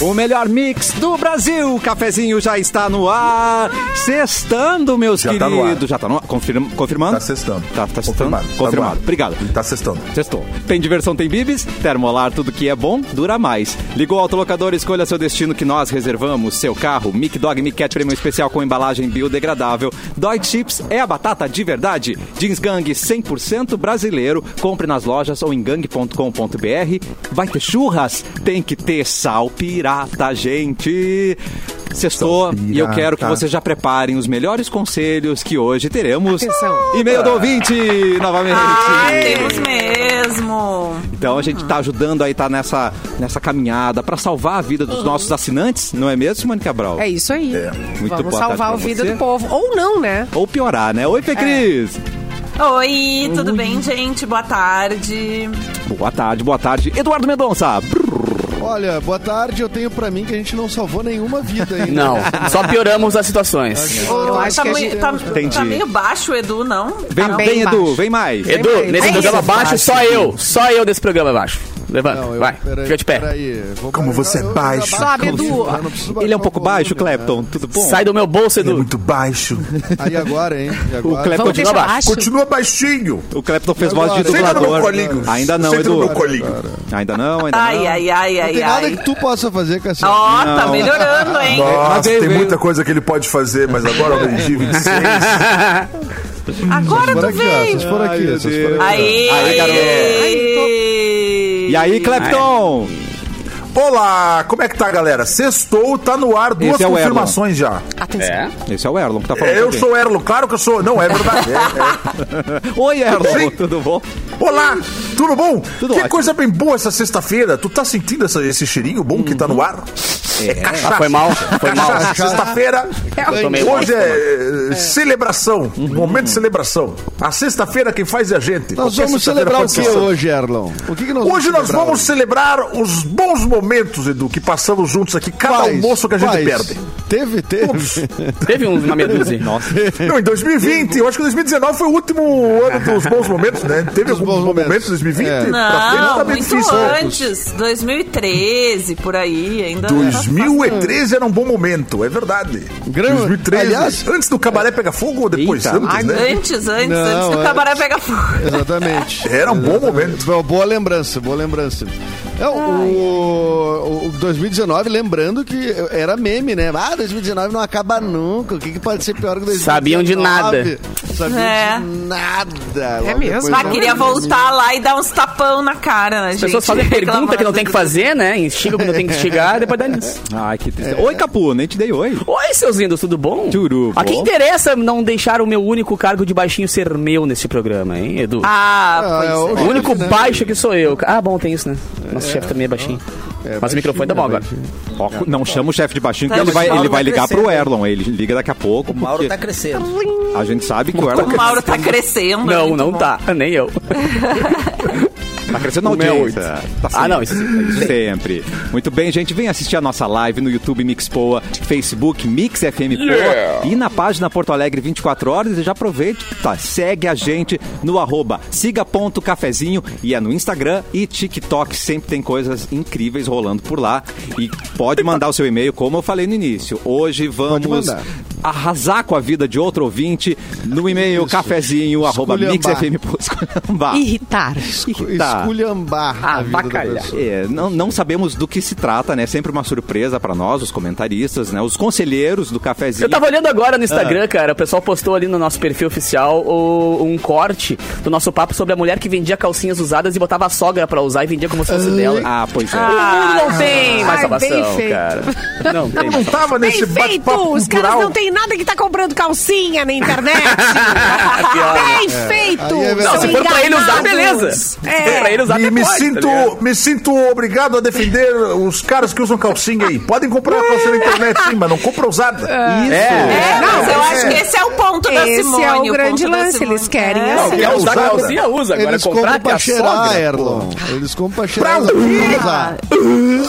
O melhor mix do Brasil. O cafezinho já está no ar. Sextando, meus Já tá no queridos. ar. já tá no ar. Confirma, confirmando? Tá sextando. Tá, tá sextando? Confirmado. Tá no Confirmado. ar. Obrigado. Tá sextando. Sextou. Tem diversão, tem bibis, termolar, tudo que é bom, dura mais. Ligou o autolocador, escolha seu destino que nós reservamos. Seu carro, Mic Dog Mic Cat Premium Especial com embalagem biodegradável. Dói Chips é a batata de verdade. Jeans Gang 100% brasileiro. Compre nas lojas ou em gang.com.br. Vai ter churras? Tem que ter sal pirata, gente. Sextou e eu quero que pirata. vocês já preparem os melhores conselhos que hoje teremos. Atenção. E-mail do ouvinte, novamente. Ai, temos mesmo. Então a gente tá ajudando aí, tá nessa, nessa caminhada pra salvar a vida dos nossos assinantes, não é mesmo, Simone Cabral? É isso aí. Muito boa Vamos tarde salvar pra a vida você. do povo. Ou não, né? Ou piorar, né? Oi, Fê Cris! Oi, tudo bem, gente? Boa tarde. Boa tarde, boa tarde. Eduardo Mendonça! Olha, boa tarde. Eu tenho pra mim que a gente não salvou nenhuma vida ainda. Não, só pioramos as situações. Eu acho tá, que a mui- gente... tá- Entendi. tá meio baixo, Edu, não? Vem, Tá vem, bem Edu, baixo. vem mais. Edu, bem, nesse bem programa isso, abaixo, só eu. Só eu desse programa abaixo. Levanta, Não, eu, vai. peraí, Fica de pé. peraí, eu vou Como baixar- você é eu- eu baixo. abaixo Sabe, o Edu? nível, eu não preciso baixar Ele é um o pouco volume, baixo, né? Clepton, tudo bom? Sai do meu bolso, É Edu. muito baixo. Aí agora, hein? E agora? Clepton Vamos continua deixar É, abaixo. baixo? Continua baixinho. O Clepton fez Agora, voz de senta no meu dublador. colinho. Ainda não, Senta no Edu. meu colinho. Ainda não, ainda Ai, não. ai, ai, Não ai, tem nada ai. que tu possa fazer, Cassiano. Ó, tá Não. melhorando, hein? Mas Nossa, veio, tem veio. muita coisa que ele pode fazer, mas agora o Benji 26. Agora tu Vocês vem. foram aqui, ó, vocês foram aqui, meu vocês Deus. foram aqui. Aí, Aí, garoto. aí. E aí, Clepton? Olá, como é que tá, galera? Sextou, tá no ar, duas Esse é o confirmações já. Atenção. É. Esse é o Erlon que tá falando. É, com Eu quem? sou o Erlo, claro que eu sou. Não, é verdade. É, Oi, Erlon, Sim. tudo bom? é. Olá, tudo bom? Tudo que ótimo. coisa bem boa essa sexta-feira. Tu tá sentindo essa- esse cheirinho bom que Uhum. tá no ar? É, cachaça. Ah, foi mal, foi mal. Cachaça, Sexta-feira. Eu tomei Hoje é eh, celebração, momento de celebração. A sexta-feira quem faz é a gente. Nós Qualquer vamos sexta-feira celebrar o pode que ser sexta. hoje, Erlon? O que, que nós Hoje nós celebrar vamos hoje? celebrar os bons momentos, Edu, que passamos juntos aqui, cada Quais? almoço que a gente Quais? perde. Teve, Todos. teve. Teve uns na meia dúzia. Nossa. Não, em 2020, eu acho que 2019 foi o último ano dos bons momentos, né? Teve Dos alguns bons bons momentos. momentos em 2020? pra É. frente Não, tá bem muito difícil. antes. 2013, por aí, ainda. né? 2013 era um bom momento, é verdade. Grande- 2013, aliás- antes do cabaré pegar fogo ou depois? Eita. antes, né? Antes, antes, Não, antes do é- cabaré pega fogo. Exatamente. Era um bom Exatamente. momento. Boa, boa lembrança, boa lembrança. É, o, o 2019, lembrando que era meme, né? Ah, 2019 não acaba nunca. O que, que pode ser pior que 2019? Sabiam de nada. Sabiam É. de nada. Logo mesmo? depois um Mas Mas era Ah, queria meme. voltar lá e dar uns tapão na cara, né, gente? As pessoas fazem pergunta que não tem que fazer, né? Instiga quando tem que instigar, depois dá nisso. Ai, que tristeza. Oi, Capu, nem te dei oi. Oi, seus lindos, tudo bom? Tudo A quem bom? interessa não deixar o meu único cargo de baixinho ser meu neste programa, hein, Edu? Ah, Ah, pois é, é. o- o único né? baixo que sou eu. Ah, bom, tem isso, né? Nosso chefe também é baixinho. Mas o microfone tá bom agora. Ó, não chama o chefe de baixinho, que Não, ele mas vai, o Mauro ele vai tá ligar pro crescendo. Erlon. Ele liga daqui a pouco. O Mauro porque tá crescendo. A gente sabe que o Erlon O Mauro tá crescendo. é Não, muito não bom. tá. Nem eu. Tá crescendo a O meu audiência. oito. Tá Ah, não, isso- sempre. Muito bem, gente. Vem assistir a nossa live no YouTube Mix Poa, Facebook Mix FM Poa e na página Porto Alegre 24 horas. E já aproveita, tá? Segue a gente no arroba siga.cafezinho e é no Instagram e TikTok. Sempre tem coisas incríveis rolando por lá. E pode mandar o seu e-mail, como eu falei no início. Hoje vamos mandar. arrasar com a vida de outro ouvinte no e-mail Isso. cafezinho arroba Esculhambar. mixfm Poa. um Esculhambar. Irritar. Irritar. Esculhambar a vida da Avacalhar. pessoa. É, não, não sabemos do que se trata, né? Sempre uma surpresa pra nós, os comentaristas, né? Os conselheiros do cafezinho. Eu tava olhando agora no Instagram, cara. O pessoal postou ali no nosso perfil oficial o- um corte do nosso papo sobre a mulher que vendia calcinhas usadas e botava a sogra pra usar e vendia como se fosse dela. Ah, pois é. Ah, não tem mais Ai, bem salvação, feito. cara. Não tem mais Não tava Bem nesse feito! bate-papo Os caras cultural. não tem nada que tá comprando calcinha na internet. Bem feito! Aí é verdade. Não, São se for pra ele usar, enganados. É. beleza. Se for pra ele usar, Me, até me pode, tá sinto, ligado? me sinto obrigado a defender os caras que usam calcinha aí. Podem comprar calcinha na internet, sim, mas não compra usada. Isso. É, Não, mas eu acho que esse é o ponto da Esse Simone. é o ponto grande da lance, Simone. eles querem É. assim. Quer usar usada. calcinha, usa. Agora Eles compram contrata pra a cheirar, é. sogra. Erlon. Eles compram pra cheirar. Pra eles não quê? vão usar.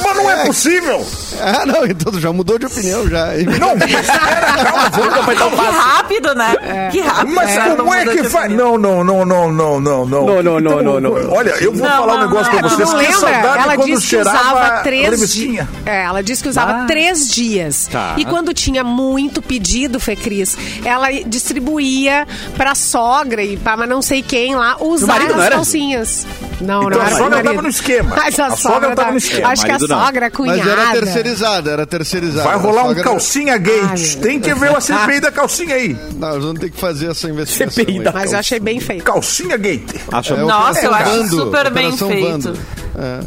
Mas não é possível. Ah, não, então tu já mudou de opinião já. Não, mas espera, calma, vamos Que rápido, né? Que rápido. Mas né? como é mudou que de faz? opinião. Não, não, não, não. não, não, não, não. Não, não, não, não, não. Olha, eu vou Não, falar um não, negócio pra não. Ela vocês não que é lembra? saudade Ela quando disse que usava cheirava Ah. três revistinha. dias. É, ela disse que usava três dias. Tá. E quando tinha muito pedido, Fê Cris, ela distribuía pra sogra e pra mas não sei quem lá usar marido não as era? calcinhas. Não, Então não a era. o sogra marido. tava no esquema. Mas a, A sogra sogra tava tava no esquema, Acho que a marido não. sogra, a cunhada. Mas era terceirizada, era terceirizada. Vai A rolar um sogra- calcinha gate. Ai, Tem que ver o CPI da calcinha aí. Não, nós vamos ter que fazer essa investigação. CPI aí. da Mas eu achei bem feito. Calcinha gate. Acho- É, Nossa, eu Operação acho super bem Operação feito. É.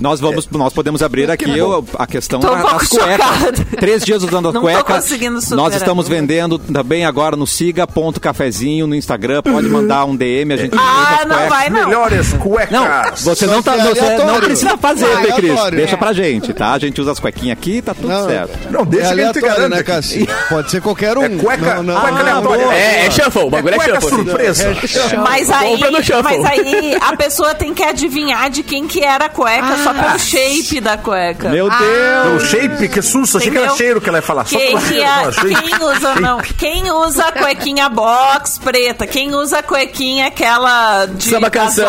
Nós, vamos, nós podemos abrir aqui o- a questão Tô um da- pouco das cuecas. chocada. Três dias usando a Não tô cueca. conseguindo superar. Nós estamos vendendo também agora no siga.cafezinho no Instagram. Uhum. Pode mandar um DM, a gente divulga as Ah, não cuecas. vai não. Melhores Não, cuecas. você Só não, tá, que é você não aleatório. precisa fazer, É Fê Cris. aleatório. Deixa É. pra gente, tá? A gente usa as cuequinhas aqui, tá tudo Não, certo. Não, deixa é que ele te aleatório, né, garante. aqui. Cassi? Pode ser qualquer um. É cueca- não, não, cueca não, aleatória. não. É, é shuffle, o bagulho é, cueca shuffle. surpresa. Mas aí, Compra no shuffle. mas aí a pessoa tem que adivinhar de quem que era a cueca só pelo shape da cueca. Meu Deus! O shape, que susto. Achei que era Entendeu? cheiro que ela ia falar. Só Quem, pelo que cheiro, a- não, achei. quem usa não? Quem usa a cuequinha box preta? Quem usa a cuequinha aquela de Samba canção.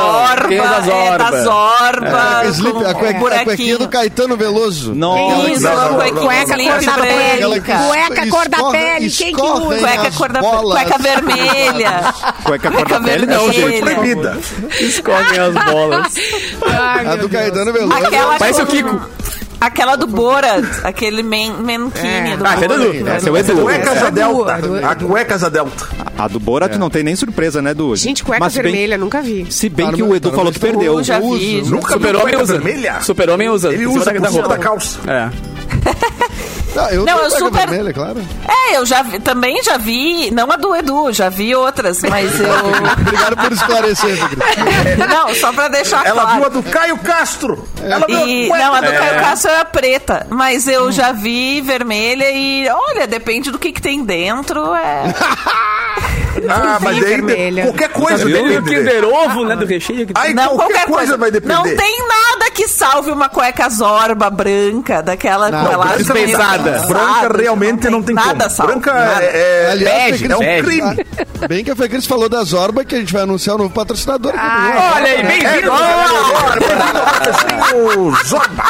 Quem usa da a zorba? É, da zorba. zorba. Cueca Sleep, com um a, é cueca, a cuequinha buraquinho. do Caetano Veloso. Nossa. Isso, é Não, não, a não, cuequinha Cueca sleep cor da branca. pele, Cueca cor da pele, quem que usa? Cueca cor da cueca vermelha. Cueca cor da Cueca pele não, vermelha. gente. Proibida. Escorrem as bolas. Ai, A meu do Deus. Caetano Veloso. Aquela Parece com- o Kiko. Aquela do Borat, aquele men, menquine do Ah, esse é Borat. do Edu. Esse é o Edu. Cuecas a Delta. Edu, Edu, A cuecas a Delta. A do Borat não tem nem surpresa, né, Du? Gente, cueca Mas se bem- vermelha, nunca vi. Se bem Tá no que o meu- Edu tá no falou meu que perdeu. Eu já vi. uso. já Nunca vi Super-homem cueca usa. vermelha. Super-homem usa. Ele em cima usa da- por da cima roupa. da calça. É. Tá, eu Não, tenho eu cueca super- vermelha, claro. É, eu já vi, também já vi, não a do Edu, já vi outras, mas eu. Obrigado por esclarecer, Fê Cris. não, só pra deixar Ela viu a claro. do Caio Castro. Ela viu E, a cueca. É. Hum. não, a do Caio Castro era preta, mas eu já vi vermelha e olha, depende do que, que tem dentro. É... Ah, mas daí vermelha. de- qualquer coisa Viu? Tem o depende. Kinder Ovo, né, do recheio. que- Aí Não, qualquer coisa vai depender. Não tem nada que salve uma cueca zorba branca, daquela Não, com elástico meio dispensada. balançado, Branca realmente não tem nada como. salva. Branca é, é- Aliás, Fê Bege, Cris, é um bege. crime. Ah, Bem que a Fê Cris falou da Zorba, que a gente vai anunciar o novo patrocinador. Ah, aqui do Zorba. Olha aí, bem-vindo. O Zorba.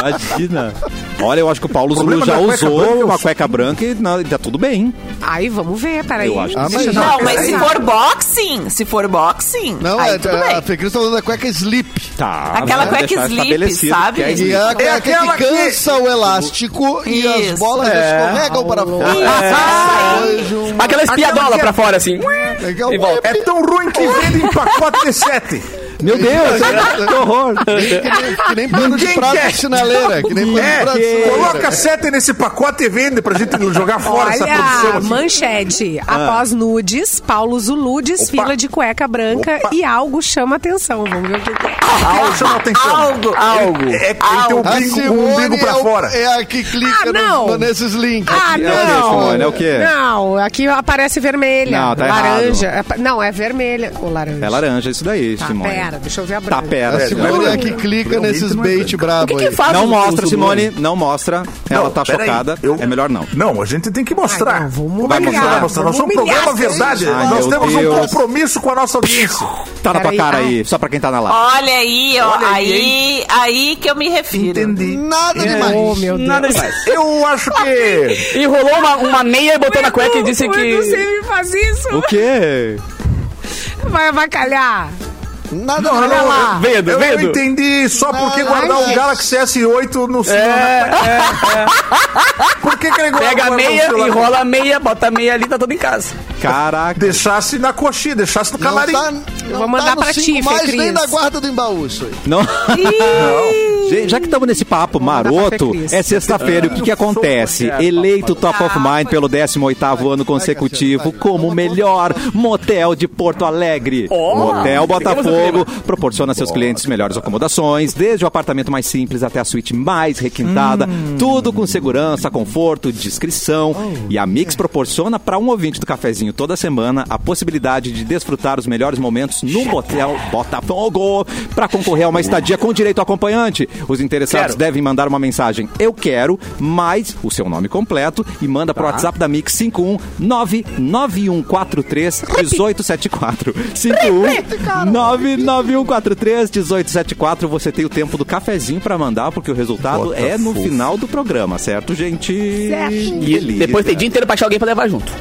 Imagina. Olha, eu acho que o Paulo Zulu problema já da cueca usou branca é o uma su- cueca branca e não, tá tudo bem. Ai, vamos ver, peraí. Eu acho que Ah, mas Deixa eu não, dar Não, uma mas se pesquisada. for box, sim. Se for box, sim. Não, Aí, é, tudo a, bem. a Fê Cris tá falando da cueca Sleep. Tá. Aquela vamos cueca deixar sleep, estabelecido sabe? que é E a cueca aquela que- que É. cansa o elástico e as Isso. bolas escorregam para fora. um- Isso, aí. Sejam- Aquela espiadola pra fora, assim. Legal. E volta. É tão ruim que vende em pacote de sete. Meu Deus, que horror. Que nem, que nem pano de Ninguém prato quer. de sinaleira. Que nem pano de prato de É, sinaleira. coloca sete nesse pacote e vende pra gente jogar fora essa Olha, produção. aqui. manchete. Após nudes, Paulo Zulu desfila de cueca branca Opa. e algo chama atenção. Vamos ver o que que é. Algo chama atenção. Algo, algo. É, é, ele tem o A umbigo, o umbigo Simone pra é, o- fora. é a que clica Ah, no- não. nesses links. Ah, É olha isso, não! mano, é o quê? Não, aqui aparece vermelha. Não, tá laranja. É pa- não, é vermelha. Ou laranja. É laranja isso daí, Tá, Simone. pera, deixa eu ver a branca. Tá, pera. a Simone é a que Não, clica realmente nesses não é bait branca. brabo O que que aí. faz um Não o- mostra, o- Simone. Ah, Não mostra. Ela Não, tá peraí, chocada. eu- É melhor não. Não, a gente tem que mostrar. Ah, não, vamos Como é que a gente humilhar, vai mostrar? Nós somos vamos um programa humilhar, verdade. Ai, Nós meu temos Deus. um compromisso com a nossa audiência. Tá na tua Peraí, cara ai. aí, só pra quem tá na live. Olha aí, ó. Olha aí, aí, aí, que eu me refiro. Entendi. Nada demais. Oh, meu Deus. Nada demais. Eu acho que. Enrolou uma, uma meia e botou na cueca e disse O Edu que. sempre faz isso. O quê? Vai avacalhar. Nada Não, demais. não, lá. eu- Vendo, eu não vendo. entendi só por que Não, guardar ai, um Galaxy S8 no É, cinema. Por que, que ele guarda- pega a guarda o meia, celular? enrola a meia, bota a meia ali, tá tudo em casa. Caraca. Deixasse na coxinha, deixasse no Não calarim. tá, Eu não vou mandar tá no pra ti, cinco Fê mais nem Cris. da guarda do embaú, isso aí. Não. Gente, já que estamos nesse papo dar pra maroto, Fê Cris. Ah, é sexta-feira. e O que, que acontece? Eleito Top of Mind pelo 18º ano consecutivo como o melhor motel de Porto Alegre. Ó, Motel Botafogo pegamos proporciona a seus clientes melhores acomodações, desde o apartamento mais simples até a suíte mais requintada. Tudo com segurança, conforto, discrição. E a Mix proporciona para um ouvinte do cafezinho toda semana a possibilidade de desfrutar os melhores momentos no motel Botafogo para concorrer a uma estadia com direito ao acompanhante. Os interessados Quero. devem mandar uma mensagem Eu quero, mais o seu nome completo e manda pro WhatsApp da Mix 51991431874. 51991431874. Você tem o tempo do cafezinho pra mandar, porque o resultado Bota é no fofo. final do programa, certo, gente? Certo. Que E depois né? tem dia inteiro pra achar alguém pra levar junto.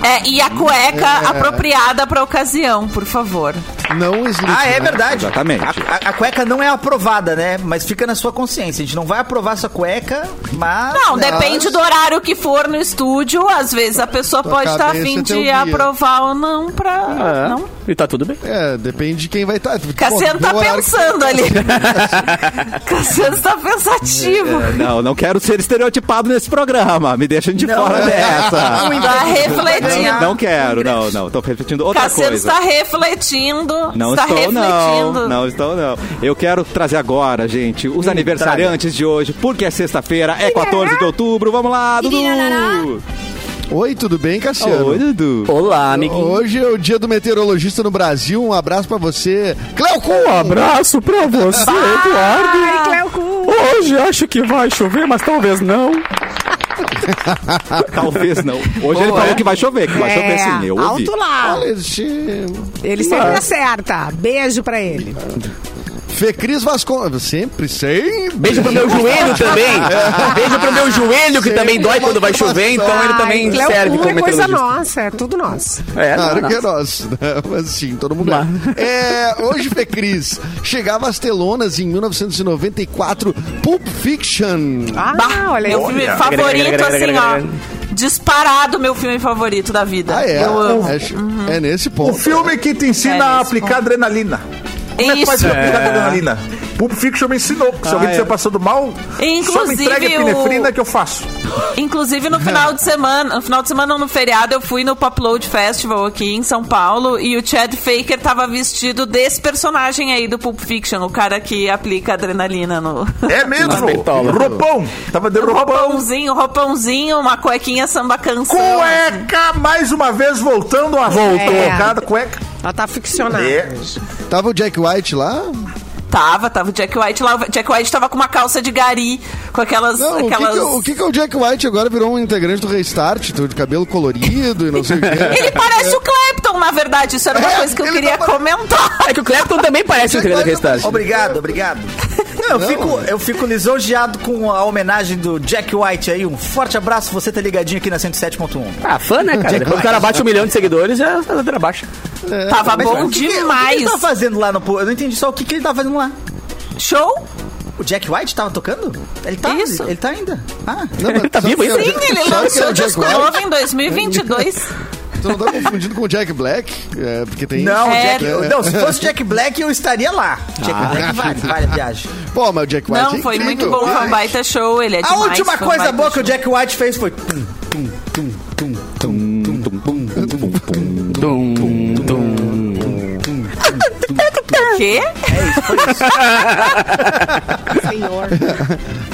É, e a cueca apropriada pra ocasião, por favor. Não slip. Ah, é né? verdade. Exatamente. A, a- a cueca não é aprovada, né? Mas fica na sua consciência. A gente não vai aprovar essa cueca, mas. Não, né? depende do horário que for no estúdio. Às vezes a pessoa Tua pode estar cabeça afim é teu de guia. aprovar ou não pra. Não. E tá tudo bem. É, depende de quem vai estar. Cassiano tá pensando ali. Cassiano tá pensativo. É, Não, não quero ser estereotipado nesse programa. Me deixem de fora dessa. Tá refletindo. Não, não quero, não, não. Tô repetindo outra Cassiano coisa. está refletindo. Não está estou, refletindo. não. Não estou, não. Eu quero trazer agora, gente, os Hum, aniversariantes de hoje, porque é sexta-feira, é 14 de outubro. Vamos lá, Dudu! Oi, tudo bem, Cassiano? Oi, Dudu. Olá, amiguinho. Hoje é o dia do meteorologista no Brasil. Um abraço pra você. Cleuco! abraço pra você, Ai, Eduardo. Cleuco. Hoje acho que vai chover, mas talvez não. Talvez não. Hoje ele falou que vai chover, que É, vai chover sim. Eu ouvi. alto lá. Ele sempre Mas- acerta. Beijo pra ele. Fecris Vasconcelos. Sempre, sempre. Beijo pro meu joelho também. Beijo pro meu joelho, que também dói quando vai chover, então ele também Ai, Cleuco serve como é coisa meteorologista. nossa, é tudo nosso. É, Claro não, que é não. nosso, né? Mas sim, todo mundo Mas- é. é. Hoje, Fê Cris, chegava às telonas em 1994, Pulp Fiction. Ah, olha aí. Meu filme favorito, assim, ó. Disparado, meu filme favorito da vida. Ah, é? Eu amo. É, é nesse O ponto. filme que te ensina É a isso. aplicar adrenalina. Como é que faz Isso. pra aplicar adrenalina? Pulp Fiction me ensinou. que Se alguém estiver passando mal, só me Inclusive, entregue a o- epinefrina que eu faço. Inclusive, no final de semana, no final de semana, não, no feriado, eu fui no Popload Festival aqui em São Paulo e o Chad Faker tava vestido desse personagem aí do Pulp Fiction, o cara que aplica adrenalina no. É mesmo? Na peitola. Roupão. Tava de roupão. Roupãozinho, roupãozinho, uma cuequinha samba canção. Cueca, mais uma vez, voltando a volta É. colocada, cueca. Ela tá ficcionada. É. Tava o Jack White lá? Tava, tava o Jack White lá. O Jack White tava com uma calça de gari, com aquelas. Não, o que aquelas... que é o, o que que o Jack White agora virou um integrante do Restart, tudo de cabelo colorido e não sei o quê. Ele parece o Clapton, na verdade. Isso era uma É, coisa que eu ele queria tava- comentar. É que o Clapton também parece um trailer restante. Obrigado, obrigado. Não, eu, fico, eu fico lisonjeado com a homenagem do Jack White aí. Um forte abraço, você tá ligadinho aqui na 107.1. Ah, fã, né, cara? Depois o cara bate um milhão de seguidores, já a ladeira baixa. É, Tava Mas bom o que que- O que demais. ele tava fazendo lá no. pu- Eu não entendi só o que, que ele tava fazendo lá. Show? O Jack White tava tocando? Ele tá, Isso. ele tá ainda. Ah. Não, mas Tá sabe vivo quem é o ainda? Sim, Jack- ele sabe quem é lançou o o Jack disco White? novo em 2022. Tu não tá confundindo com o Jack Black? É, porque tem... né? Não, o É. Jack, não, se fosse o Jack Black, eu estaria lá. Ah. Jack Black vale, vale a viagem. Pô, mas o Jack White Não, é foi muito incrível. bom, foi um baita show, ele é A demais. última foi um coisa baita boa que o show. Jack White fez foi. tum, tum, tum, tum, tum. Dum, dum. Quê? Tá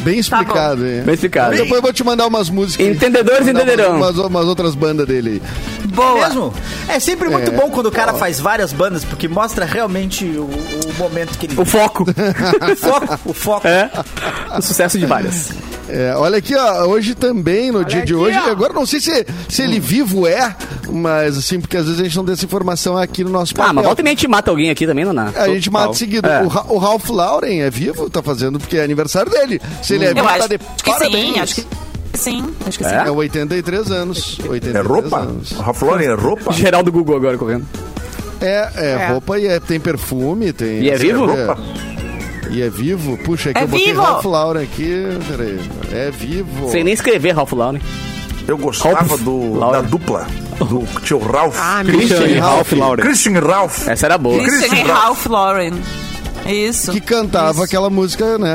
Bem explicado, hein? Bem explicado. Depois eu vou te mandar umas músicas. Entendedores Mandar entenderão. Umas, umas- umas outras bandas dele. Boa. Mesmo? É sempre muito É, bom quando o cara faz várias bandas, porque mostra realmente o, o momento que ele. O foco. O foco, o foco. É. O sucesso de várias. É, olha aqui, ó, hoje também, no dia de hoje. Agora não sei se, se Hum. ele vivo é, mas assim, porque às vezes a gente não tem essa informação aqui no nosso Ah, papel. mas volta e meia a gente mata alguém aqui também, Naná. A gente mata seguido. É. O, Ra- o Ralph Lauren é vivo, tá fazendo porque é aniversário dele. Se ele é Hum. Eu vivo, tá acho de que parabéns. sim, acho que sim, acho que sim. É 83 anos. 83 É roupa? anos. Ralph Lauren é roupa? Geraldo Google agora correndo. É, é, roupa e é, tem perfume, tem. E é vivo? E é vivo? Puxa, é que É eu botei vivo! Ralph Lauren aqui. Peraí. É vivo. Sem nem escrever Ralph Lauren. Eu gostava Ralph do, da Lauren. dupla, do tio Ralph. Ah, meu Christian e Ralph Lauren. Christian Ralph. Essa era boa. Christian e Christian Ralph Lauren. Isso. Que cantava aquela música, né?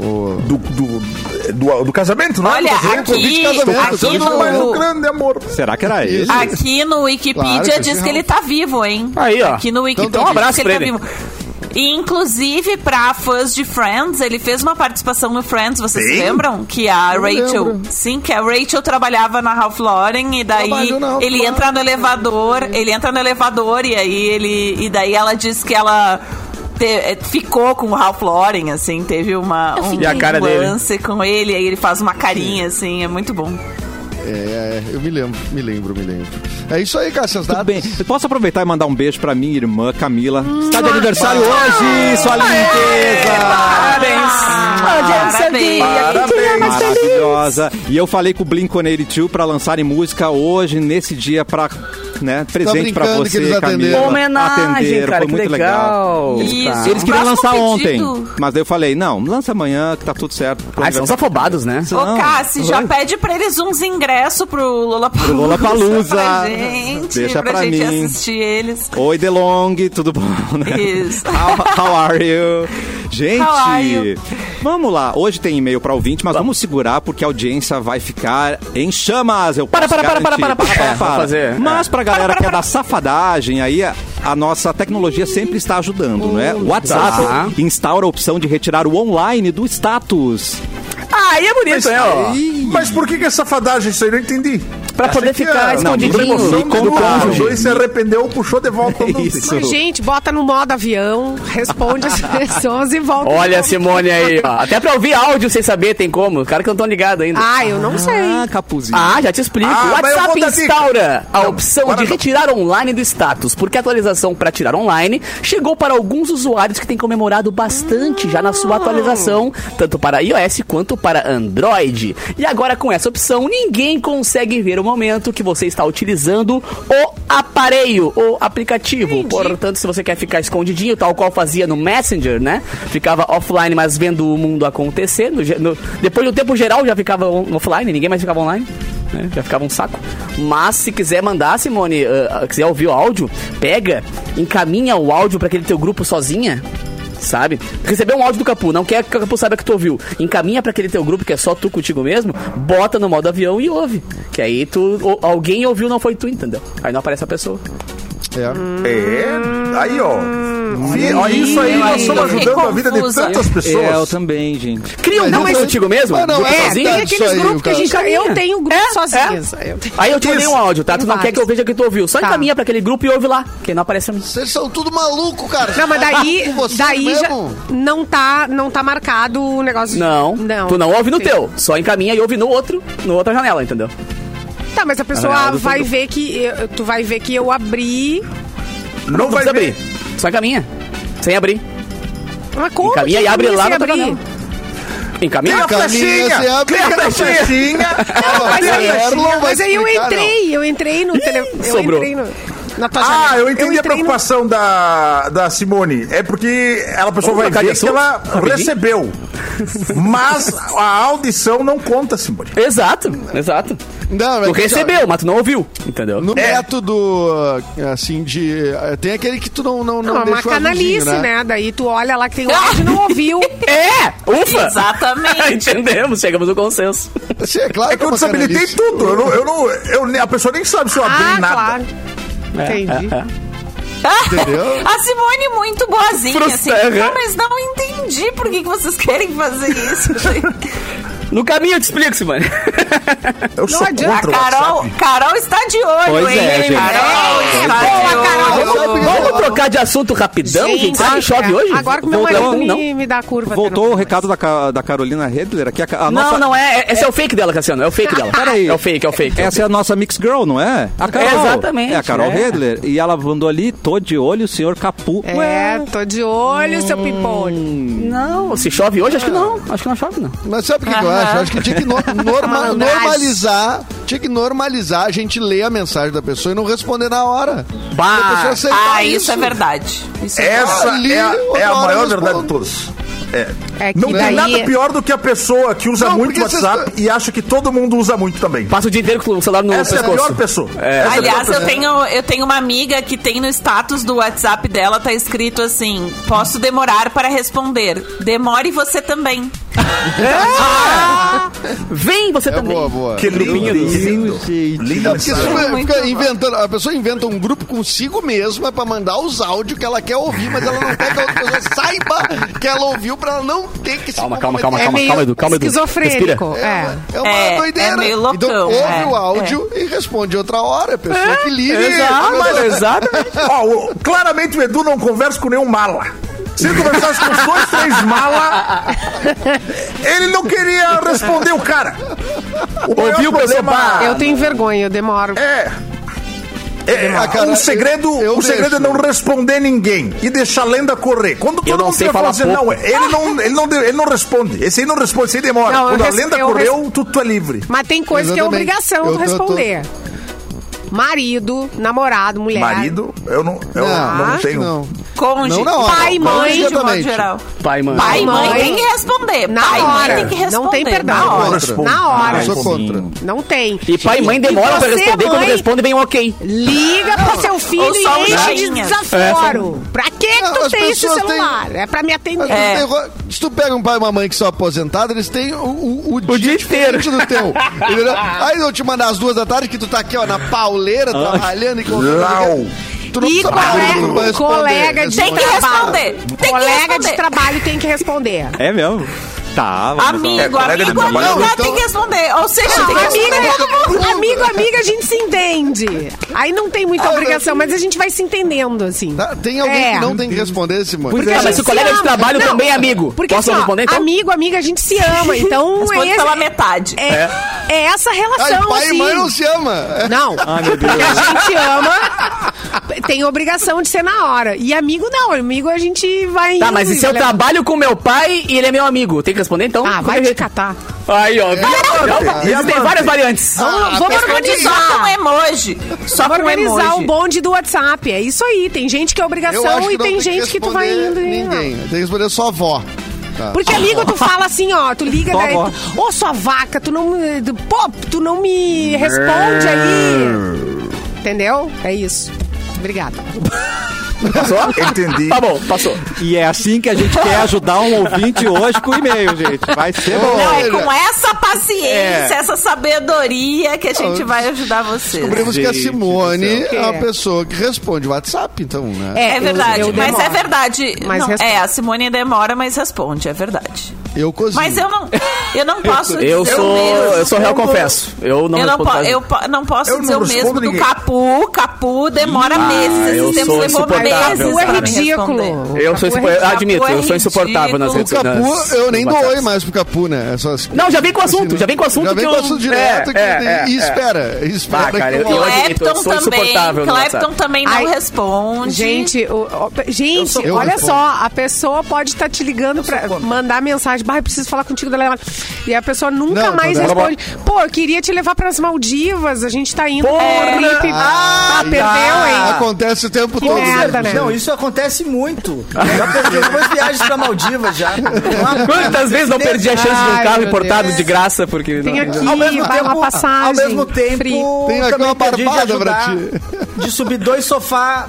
O... Do, do, do, do casamento, né? Olha, Do casamento. aqui- Convite de casamento. aqui Convite de no- casamento é um grande, amor. Será que era ele? Aqui no Wikipedia Claro, Christian diz que Ralph. ele tá vivo, hein? Aí, ó. Aqui no Wikipedia Então, um abraço diz que ele pra tá vivo. E, inclusive, pra fãs de Friends, ele fez uma participação no Friends, vocês se Sim. lembram? Que a Rachel. lembro. Sim, que a Rachel trabalhava na Ralph Lauren e daí Trabalhou na Ralph ele Lauren. entra no elevador. Ele entra no elevador e aí ele. E daí ela diz que ela. te- eh, ficou com o Ralph Lauren, assim, teve uma, um, E a cara um dele? lance com ele, aí ele faz uma carinha, assim, é muito bom. É, é, eu me lembro, me lembro, me lembro. É isso aí, Cássio. as Tudo datas. bem. Eu posso aproveitar e mandar um beijo pra minha irmã Camila. Hum, Está de aniversário hoje, sua lindeza! Parabéns! sabia. Parabéns. Maravilhosa. E eu falei com o Blink-182 pra lançarem música hoje, nesse dia, pra... Né, presente pra brincando que eles você, atenderam. Camila. Homenagem, Atenderam, cara, foi que muito Tá. legal. Isso. Eles queriam lançar Próximo ontem, pedido. mas daí eu falei, não, lança amanhã, que tá tudo certo. Ah, são os afobados, né? Não. Ô, Cassi, já pede pra eles uns ingressos pro Lollapalooza. Pro Lollapalooza. Pra gente, Deixa pra, pra gente mim. assistir eles. Oi, DeLong, tudo bom? Né? Isso. How, how are you? Gente, How are you? vamos lá. Hoje tem e-mail para ouvinte, mas vamos segurar porque a audiência vai ficar em chamas. Eu Para, posso para, para, para, garantir. para, para, para, É, vamos fazer. Mas pra galera que é da safadagem, aí a, a nossa tecnologia sempre está ajudando, né? O WhatsApp tá. instaura a opção de retirar o online do status. Ah, aí é bonito, né? ó? Mas por que que é safadagem isso aí? Não entendi. Pra poder ficar Não, um por escondidinho. emoção, e não, contar. os dois se arrependeu, puxou de volta. não tem. Isso. Mas, gente, bota no modo avião, responde as pessoas e volta. Olha a de novo. Simone aí, ó. Até pra ouvir áudio sem saber tem como. Os caras que não estão ligados ainda. Ah, eu não sei. Ah, capuzinho. Ah, já te explico. Ah, o mas eu WhatsApp vou dar dica. instaura a opção para de não. retirar online do status, porque a atualização para tirar online chegou para alguns usuários que têm comemorado bastante já na sua atualização, tanto para iOS quanto para Android. E agora com essa opção, ninguém consegue ver o momento que você está utilizando o aparelho, o aplicativo. Portanto, se você quer ficar escondidinho, tal qual fazia no Messenger, né? Ficava offline, mas vendo o mundo acontecer. no ge- no- depois do tempo geral já ficava on- offline, ninguém mais ficava online. né? Já ficava um saco. Mas se quiser mandar, Simone, ah, ah, quiser ouvir o áudio, pega, encaminha o áudio para aquele teu grupo sozinha. Sabe? Recebeu um áudio do Capu, não quer que o Capu saiba que tu ouviu. Encaminha pra aquele teu grupo que é só tu contigo mesmo, bota no modo avião e ouve. Que aí tu. ou- alguém ouviu, não foi tu, entendeu? Aí não aparece a pessoa. É. É, aí ó. Vi- ó, Isso aí, eu nós ainda estamos fiquei ajudando a vida de confusa. tantas É, eu pessoas. também, gente. Cria um Mas grupo não, mas- contigo mesmo? Um Mas não, grupo é, sozinho? tá. Tem Isso aqueles aí, grupos que a gente. cara, Eu tenho grupos É, sozinhos. Aí eu te mandei Isso. um áudio, tá? Tu não Tem quer que eu vários. veja que tu ouviu. Só Tá. encaminha pra aquele grupo e ouve lá, que não aparece a mim. Vocês são tudo maluco, cara. Não, mas daí, Tá Com vocês daí já mesmo. não tá, não tá marcado o negócio de- Não, Tu não ouve no Sim. teu. Só encaminha e ouve no outro, no outra janela, entendeu? Tá, mas a pessoa real do vai teu ver que. eu- tu vai ver que eu abri. Não vai precisa ver. abrir. Só encaminha. Sem abrir. Mas como? Encaminha que e abre eu lá ia na tua abrir? janela. Encaminha? Clica na Caminha, você flechinha, abre. clica na flechinha. Mas Não, aí, a Erlon vai mas aí eu explicar, entrei, eu entrei no telefone. Eu sobrou. entrei no, na tua janela. Ah, eu entendi a entrei no- preocupação da, da Simone. É porque ela, a pessoa Vamos vai trocar de ver que assunto? ela Rapidinho? recebeu. Mas a audição não conta, Simone. Exato, exato. Não, mas Tu é que- recebeu, É. mas tu não ouviu, entendeu? No método, assim, de. Tem aquele que tu não. Não, não, Não, é uma deixou avisar, canalice, né? Daí tu olha lá que tem um Ah! áudio e não ouviu. É! Ufa! Exatamente. Entendemos, chegamos no consenso. Sim, é claro É que eu uma desabilitei canalice. tudo. Eu não, eu não- eu nem- a pessoa nem sabe se eu abri Ah, nada. claro. É, Entendi. Entendeu? A Simone muito boazinha, Frusta- assim. Aham. Não, mas não entendi por que, que vocês querem fazer isso. No caminho eu te explico, Simone. Eu sou a contra o Carol, WhatsApp. Carol está de olho, Pois hein? é, gente. Carol está de olho. Sabe por que eu Vamos falo? trocar de assunto rapidão, gente? Será que acho chove é. hoje? Agora que meu Voltou- marido não. me, me dá a curva. Voltou até o não recado da, Ca- da Carolina Redler aqui. A, ca- a Não, nossa, não é. Esse é, o fake dela, Cassiano. É o fake dela. Peraí. É o fake, é o fake. Essa é a nossa Mix Girl, não é? A Carol. É, exatamente, É a Carol é. Redler. E ela mandou ali, tô de olho, o senhor Capu. mais. É, tô de olho, seu pipolho. Hum. Não, se chove hoje, acho Ah. que não. Acho que não chove, não. Mas sabe o que, que eu acho? Eu Acho que tinha que no- norma- Malandragem. normalizar. Tinha que normalizar a gente ler a mensagem da pessoa e não responder na hora. Bah. A pessoa aceitar Ah, isso é verdade. Isso é Essa Ali, é, a- é outra a hora maior eu verdade respondo. de todas. É que Não tem daí... nada pior do que a pessoa que usa Não, muito porque vocês tá- WhatsApp e acha que todo mundo usa muito também. Passa o dia inteiro com o celular no Essa é a pescoço. pior pessoa. Essa é a Aliás, pior eu tenho, eu tenho uma amiga que tem no status do WhatsApp dela, tá escrito assim: posso demorar para responder. Demore você também. Vem você É também. boa, boa. Que lindo. Lindo. Lindo. Porque isso é- Muito fica bom. inventando, a pessoa inventa um grupo consigo mesma pra mandar os áudios que ela quer ouvir, mas ela não quer que a outra pessoa saiba que ela ouviu pra ela não ter que se Calma, calma, comprometer. É Calma, meio calma, Edu, calma, Edu. esquizofrênico. É, É. é uma É, doideira. é meio loucão, então, ouve é, o áudio e responde outra hora. A pessoa que liga. é- Exato, mano, exato. Ó, o- claramente o Edu não conversa com nenhum mala. Se ele conversasse com os dois, três mala, ele não queria responder o cara. O maior Ouviu, pessoal? Pá. Eu tenho vergonha, eu demoro. É. É, Ah, cara, o segredo, eu- eu o segredo é deixo. não responder ninguém e deixar a lenda correr. Quando todo não mundo sei quer falar dizer, pouco. não, ele não, ele, não, ele não responde. Esse aí não responde, esse aí demora. Não, eu Quando a res- lenda eu correu, tu, tu é livre. Mas tem coisa Eu que é também. obrigação tu Eu tô- responder. Marido, namorado, mulher. Marido, eu não, eu Não, não, acho tenho. Não. Cônjuge. Não na hora. Pai, mãe, Cônjuge, de modo imediatamente. geral. Pai, mãe. Pai, mãe, mãe. tem que responder. Na pai, hora. mãe tem que responder. Não tem perdão. Na hora. Contra. Na hora. Eu sou contra. Não tem. E pai e mãe demoram e pra você, responder, quando mãe, responde vem um ok. Liga pro seu filho ou e só um enche de joinha. desaforo. Pra que que tu As tem esse pessoas têm- celular? É pra me atender. Mas É. tem ro- Se tu pega um pai e uma mãe que são aposentados, eles têm o, o, dia inteiro. diferente do teu. entendeu? Aí eu te mandar às duas da tarde que tu tá aqui, ó, na pauleira, trabalhando e Lau. Tu E precisa parar tudo colega, pra responder. é colega de Tem que trabalho. responder. Tem que colega de responder. trabalho tem que responder. É mesmo? Tá, vamos lá. Amigo, É, colega de amigo, amiga trabalho. Não, então- tem que responder. Ou seja, tem que Amigo, responder. amigo, amiga, a gente se entende. Aí não tem muita obrigação, mas a gente vai se entendendo, assim. Tá, Tem alguém É. que não tem que responder, Simone. Porque Ah, a mas gente o colega se de ama. trabalho também é amigo. é. Porque Posso assim, ó, responder, então? Amigo, amiga, a gente se ama. Então, Responde esse- pela metade. é, é essa Ai, relação, pai e assim. mãe não se ama. É. Não. meu Deus. Porque a gente ama, tem obrigação de ser na hora. E amigo, não. Amigo, a gente vai... Tá, mas e se eu Olha- trabalho com meu pai e ele é meu amigo? Tem que responder então? Ah, vai te catar. Aí, ó. viu? Existem várias variantes. Ah, vamos até- é organizar. Só com emoji. Só Só um com organizar emoji. o bonde do WhatsApp. É isso aí. Tem gente que é Eu acho obrigação que e não tem gente que tu vai indo. responder e- Ninguém. Tem que responder só avó. Tá. Porque amigo, tu fala assim, ó, tu liga, daí, Vovó. tu- ô sua vaca, tu não, me- tu- pô, tu não me responde ali. Entendeu? É isso. Obrigada. Entendi. Tá bom, passou. E é assim que a gente quer ajudar um ouvinte hoje com e-mail, gente. Vai ser bom. Não, é Olha. com essa paciência, É. essa sabedoria que a gente vai ajudar vocês. Descobrimos que a Gente do Simone céu. é É. uma pessoa que responde WhatsApp, então, né? É eu- verdade, eu mas é demoro. verdade. Mas Não, responde. é, a Simone demora, mas responde, é verdade. Eu cozinho. Mas eu não, eu não posso dizer Eu sou, o mesmo. eu sou real, confesso. Eu não eu, não po- respondo. quase- eu po- não posso Eu não dizer o respondo mesmo do ninguém. Capu. Capu demora meses. Ah, eu Esses tempos sou levou meses. insuportável, Tu é pra me ridículo. responder. Eu sou Capu é insupo- eu ridículo. admito, Capu é eu sou insuportável nas ridículo. redes O Capu, nas- eu nem no doei WhatsApp. mais pro Capu, né? Essas- Não, já vem com o assunto, Assim, já vem com o assunto Já vem que com o eu- assunto direto é, que- é, e é. espera. e espera Ah, cara, que eu- eu... admito, eu Clapton sou também. insuportável no Clapton WhatsApp. também não Ai, responde. Gente, o- o- gente, eu olha respondo. só, a pessoa pode estar te ligando pra mandar mensagem, bah, eu preciso falar contigo dela. E a pessoa nunca Não, mais tá bom. responde. Pô, eu queria te levar pras Maldivas, a gente tá indo. Porra! Felipe. Ah, perdeu, hein? Acontece o tempo Que todo. merda, né? Não, isso acontece muito. Já perdi algumas viagens pra Maldivas já. Quantas vezes não perdi a chance de Ai, um carro meu importado Deus. de graça porque Tem não- aqui, vai uma passagem. ao mesmo tempo free. Tem aqui também uma perdi de barbada pra ajudar, de subir dois sofá,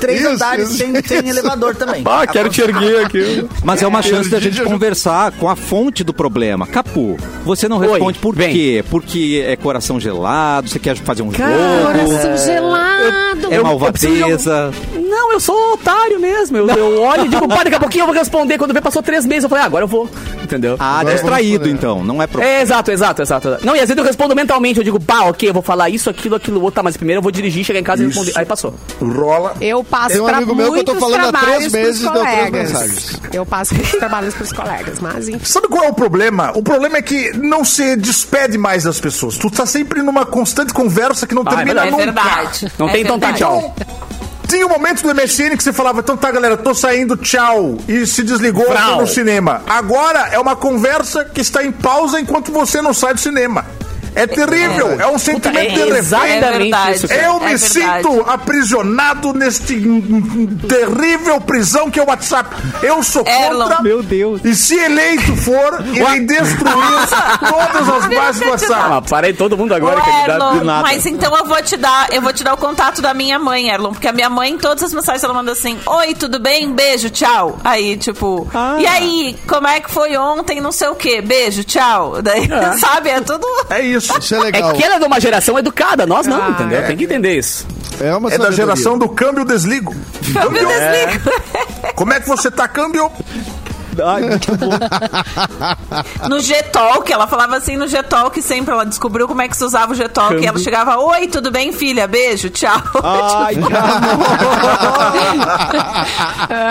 três Isso, andares isso, sem, sem elevador também. Ah, quero te erguer aqui. Mas é uma chance da gente Gigi- conversar com a fonte do problema. Capu, você não responde por vem. quê? Porque é coração gelado, você quer fazer um jogo, Coração gelado. é eu preciso malvadeza. Não, eu sou otário mesmo. Eu, eu olho e digo, pá, daqui a pouquinho eu vou responder. Quando vê, passou três meses, eu falei, ah, agora eu vou. Entendeu? Ah, Agora distraído vamos então, não é problema. É, exato, exato, exato. exato. Não, e às vezes eu respondo mentalmente, eu digo, pá, ok, eu vou falar isso, aquilo, aquilo, outro, tá, mas primeiro eu vou dirigir, chegar em casa Isso. e responder. Aí passou. Rola. Eu passo Tem um pra amigo meu que eu tô muitos falando há três trabalhos pros meses e deu três colegas. mensagens. Eu passo muitos trabalhos pros colegas, mas enfim. Sabe qual é o problema? O problema é que não se despede mais das pessoas. Tu tá sempre numa constante conversa que não Ah, é termina É nunca. verdade. Não É tem então tá, verdade. tchau. Tinha um momento do MSN que você falava, então tá, galera, tô saindo, tchau. E se desligou eu Frau. tô no cinema. Agora é uma conversa que está em pausa enquanto você não sai do cinema. É terrível, é, um sentimento é de exatamente refém. É verdade. isso, cara. Eu me É verdade. sinto aprisionado neste hum, hum, terrível prisão que é o WhatsApp. Eu sou Erlon. contra. Meu Deus. E se eleito for, irei destruir todas as bases do WhatsApp. Ah, parei todo mundo Ô, agora, candidato. Erlon, do nada. mas então eu vou te dar, eu vou te dar o contato da minha mãe, Erlon, porque a minha mãe, em todas as mensagens, ela manda assim: Oi, tudo bem? Beijo, tchau. Aí, tipo, Ah. e aí, como é que foi ontem? Não sei o quê. Beijo, tchau. Daí, sabe, é tudo. É isso. Isso é É legal. que ela é de uma geração educada, nós não, Ah, entendeu? Tem que entender isso. É uma É da sabedoria. geração do câmbio desligo. é. Eu me desligo. Como é que você tá, câmbio? Ai, muito bom. No G-Talk, ela falava assim no G-Talk sempre. Ela descobriu como é que se usava o G-Talk. E ela chegava, oi, tudo bem, filha? Beijo, tchau. Ah, Ai, que amor.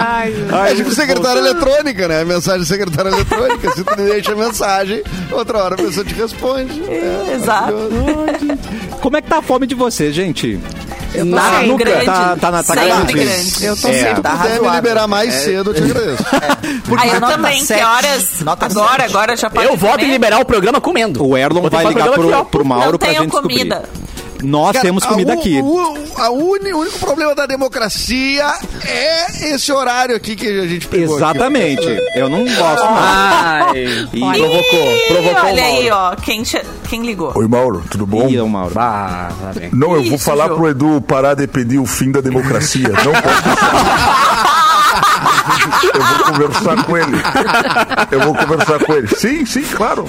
Ai, meu Ai, é tipo muito secretária eletrônica, né? Mensagem de secretária eletrônica. Se tu deixa a mensagem, outra hora a pessoa te responde. É, Exato. bom. Como é que tá a fome de você, gente? Tá Nada, bem nunca. grande. Tá- tá na- tá sempre grave. grande. Eu tô É. sempre. Tá Deve me razoável. liberar mais É. cedo, eu te agradeço. Ah, eu nota também. sete. Que horas? Nota agora, sete. agora já né? pode Eu voto em comer? liberar o programa comendo. O Erlon Vou ter vai que falar ligar com ela pro, aqui, ó. pro Mauro pra tenham gente comida. descobrir. Nós Cara, ah, um temos a comida u- aqui. o- a uni- o único problema da democracia é esse horário aqui que a gente pegou. aqui, né? ó. Exatamente. Eu não gosto mais. Ai, Ih, provocou, provocou Ih, olha o Mauro. aí, ó. Quem, che- quem ligou? Oi, Mauro, tudo bom? Ih, é o Mauro. Ah, lá vem. Não, eu vou Isso, falar Jô. pro Edu parar de pedir o fim da democracia. Não posso. eu vou conversar com ele. Eu vou conversar com ele. Sim, sim, claro.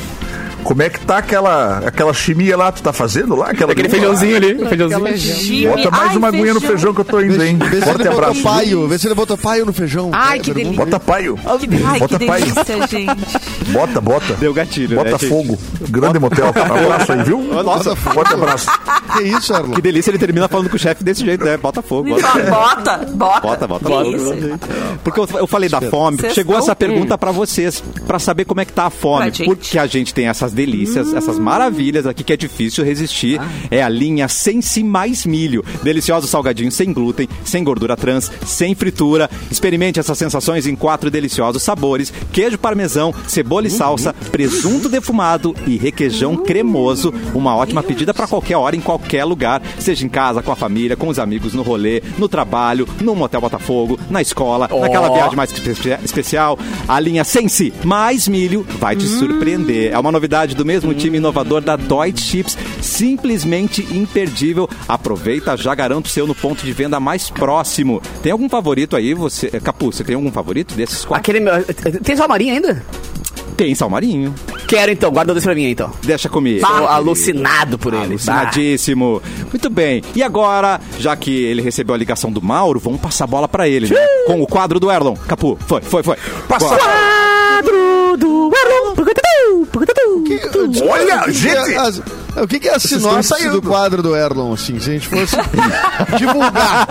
Como é que tá aquela, aquela chimia lá? Tu tá fazendo lá? Aquela Aquele linguiça? feijãozinho ali, feijãozinho. Time. Bota mais Ai, uma aguinha no feijão que eu tô indo, hein? Vê se Forte ele botou abraço. paio, vê se ele botou paio no feijão. Ai, que pergunta. delícia. Bota paio. Ai, que Bota paio. delícia, gente. Bota, bota. Deu gatilho, né, gente? Botafogo. Grande motel. Abraço aí, viu? Nossa. Forte abraço. Que isso, Arlo? Que delícia, ele termina falando com o chefe desse jeito, né? Bota fogo. Bota, Bota, bota. bota, bota. Que bota. isso? Porque eu, eu falei da fome, porque Vocês chegou estão- essa pergunta pra vocês, pra saber como é que tá a Hum. Pra fome. gente. Hum. Porque a gente tem essas delícias, essas maravilhas aqui que é difícil resistir. Ah. É a linha sem si mais milho. Delicioso salgadinho sem glúten, sem gordura trans, sem fritura. Experimente essas sensações em quatro deliciosos sabores: queijo parmesão, cebola Uhum. e salsa, presunto defumado e requeijão cremoso. Uma ótima pedida pra qualquer hora, em qualquer lugar, seja em casa, com a família, com os amigos, no rolê, no trabalho, no motel Botafogo, na escola, naquela viagem mais espe- especial. A linha Sense mais milho vai te surpreender. É uma novidade do mesmo time inovador da Deutsche Chips, simplesmente imperdível. Aproveita, já garanto o seu no ponto de venda mais próximo. Tem algum favorito aí? Você, eh, Capu, você tem algum favorito desses quatro? Aquele meu. Tem só a Marinha ainda? Tem salmarinho. Quero então, guarda dois pra mim aí, então. Deixa comigo. Tô alucinado por ele. Alucinadíssimo. Muito bem. E agora, já que ele recebeu a ligação do Mauro, vamos passar a bola pra ele, né? Com o quadro do Erlon. Capu, foi, foi, foi. Passa. Quadro do Erlon. Pucutatu, pucutatu. Olha, O que que é gente! as- o que, que é a sinopse saindo. do quadro do Erlon, assim? Se a gente fosse divulgar.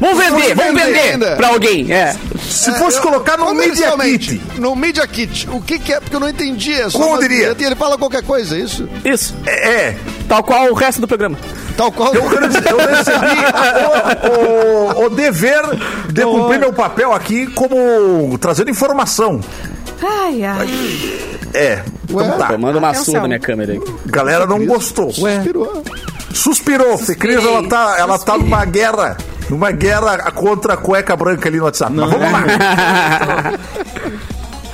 Vamos vender, vamos vender vender ainda. pra alguém. É. Se fosse colocar no Media comercialmente, Kit. No Media Kit. O que, que é? Porque eu não entendi. É só Como uma diria? vinheta e Ele fala qualquer coisa, é isso? Isso. É, é. Tal qual o resto do programa. Tal qual. Eu, rece- eu recebi o, o- o dever de cumprir meu papel aqui como trazendo informação. Ai, ai. É, então tá. Tomando uma Atenção. surra na minha câmera aqui. Galera não gostou. Pirou. Suspirou. Fecris, ela tá, ela tá numa guerra. Numa guerra contra a cueca branca ali no WhatsApp. Mas vamos lá.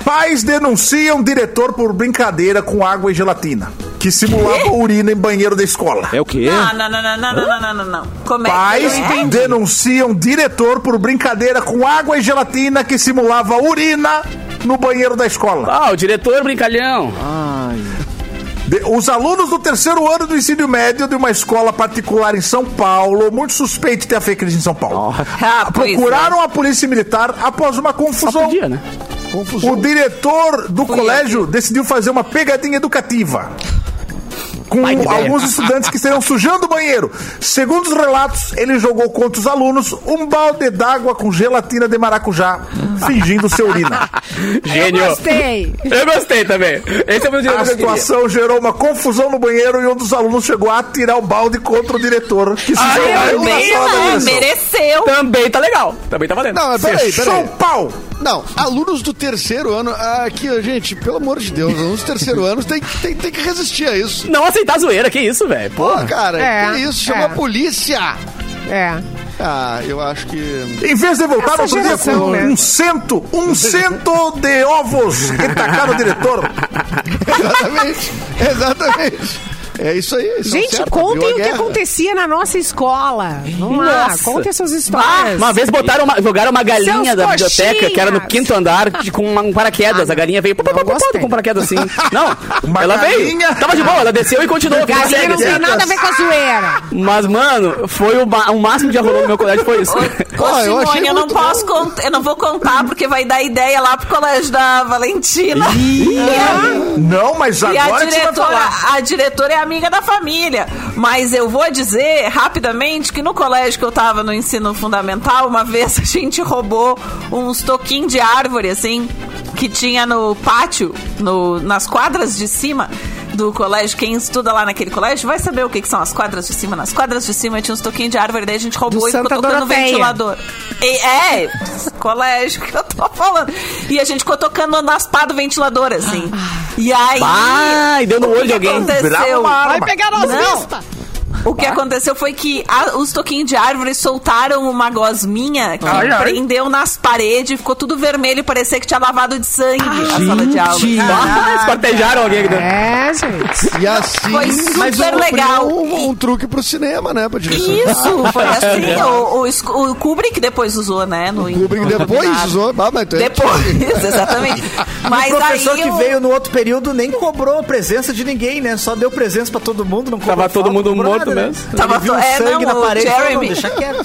Pais denunciam diretor por brincadeira com água e gelatina. Que simulava urina em banheiro da escola. É o quê? Não, Ah, não, não, não, não, não, não, não, não. Como é Pais que é? denunciam diretor por brincadeira com água e gelatina que simulava urina no banheiro da escola. Ah, o diretor brincalhão. De- os alunos do terceiro ano do ensino médio de uma escola particular em São Paulo, muito suspeito de ter a FECRIS em São Paulo, Ah, pois é. procuraram a polícia militar após uma Só confusão. podia, né? O diretor do colégio decidiu fazer uma pegadinha educativa. Com Ai, que ideia. alguns estudantes que estariam sujando o banheiro. Segundo os relatos, ele jogou contra os alunos um balde d'água com gelatina de maracujá, fingindo ser urina. Gênio. Gostei. Eu gostei também. Esse é o meu diretor. A que eu queria. situação gerou uma confusão no banheiro e um dos alunos chegou a atirar o balde contra o diretor, que se jogou na Mereceu, sala da direção. é, Mereceu. Também tá legal. Também tá valendo. Não, mas peraí, Fechou peraí. o pau! Não, alunos do terceiro ano. Aqui, ó, gente, pelo amor de Deus, alunos do terceiro ano tem, tem, tem que resistir a isso. Não aceitar zoeira, que isso, velho. Pô. Pô, cara, É, que isso? Chama é. a polícia! É. Ah, eu acho que. Em vez de voltar Essa no outro dia geração, com né? um cento, um cento de ovos que tacaram o diretor. Exatamente! Exatamente! É isso aí. eles estão Gente, certos, contem viu a o que guerra. acontecia na nossa escola. Vamos lá, Nossa. contem suas histórias. Uma vez botaram uma, jogaram uma galinha Seus da biblioteca, que era no coxinhas. Ah, quinto andar, de- com uma- um paraquedas. a galinha veio pá, pá, pá, pá, gostei. com um paraquedas assim. Não, ela galinha? veio. Tava de boa, ela desceu e continuou. vida Galinha segue. assim. não tem nada a ver com a zoeira. Mas, mano, foi o, ma- o máximo que já rolou no meu colégio, foi isso. Ô, Ah, eu Simone, eu, achei não muito posso cont- eu não vou contar porque vai dar ideia lá pro colégio da Valentina. Não, mas E a agora é que você vai diretora, falar. a diretora é amiga da família. Mas eu vou dizer rapidamente que no colégio que eu tava no ensino fundamental, uma vez a gente roubou uns toquinhos de árvore, assim, que tinha no pátio, no- nas quadras de cima do colégio. Quem estuda lá naquele colégio vai saber o que, que são as quadras de cima. Nas quadras de cima tinha uns toquinhos de árvore, daí a gente roubou Do e ficou Santa tocando Doroteia. ventilador. E- é, colégio que eu tô falando. E a gente ficou tocando nas pá do ventilador, assim. Ah, E aí. Ai, deu no O que olho de alguém. Aconteceu? Vai pegar nas Não. vistas. O que aconteceu foi que a- os toquinhos de árvore soltaram uma gosminha que prendeu nas paredes, ficou tudo vermelho, parecia que tinha lavado de sangue a sala de aula. Ah, esquartejaram alguém aqui dentro. É, gente. E assim, Foi super mas eu comprei legal. Um, um truque pro cinema, né, pra direção. Isso, foi assim. o, o, Sc- o Kubrick depois usou, né? No, Kubrick no depois combinado. usou. Ah, mas tu é- Depois, exatamente. Mas o professor aí que o- veio no outro período nem cobrou a presença de ninguém, né? Só deu presença pra todo mundo, não cobrou Tava todo falta, mundo não cobrou morto nada, né? mesmo. Ele Tava viu to- o é, sangue não, na o parede, falou, Jeremy. "Não, deixa quieto.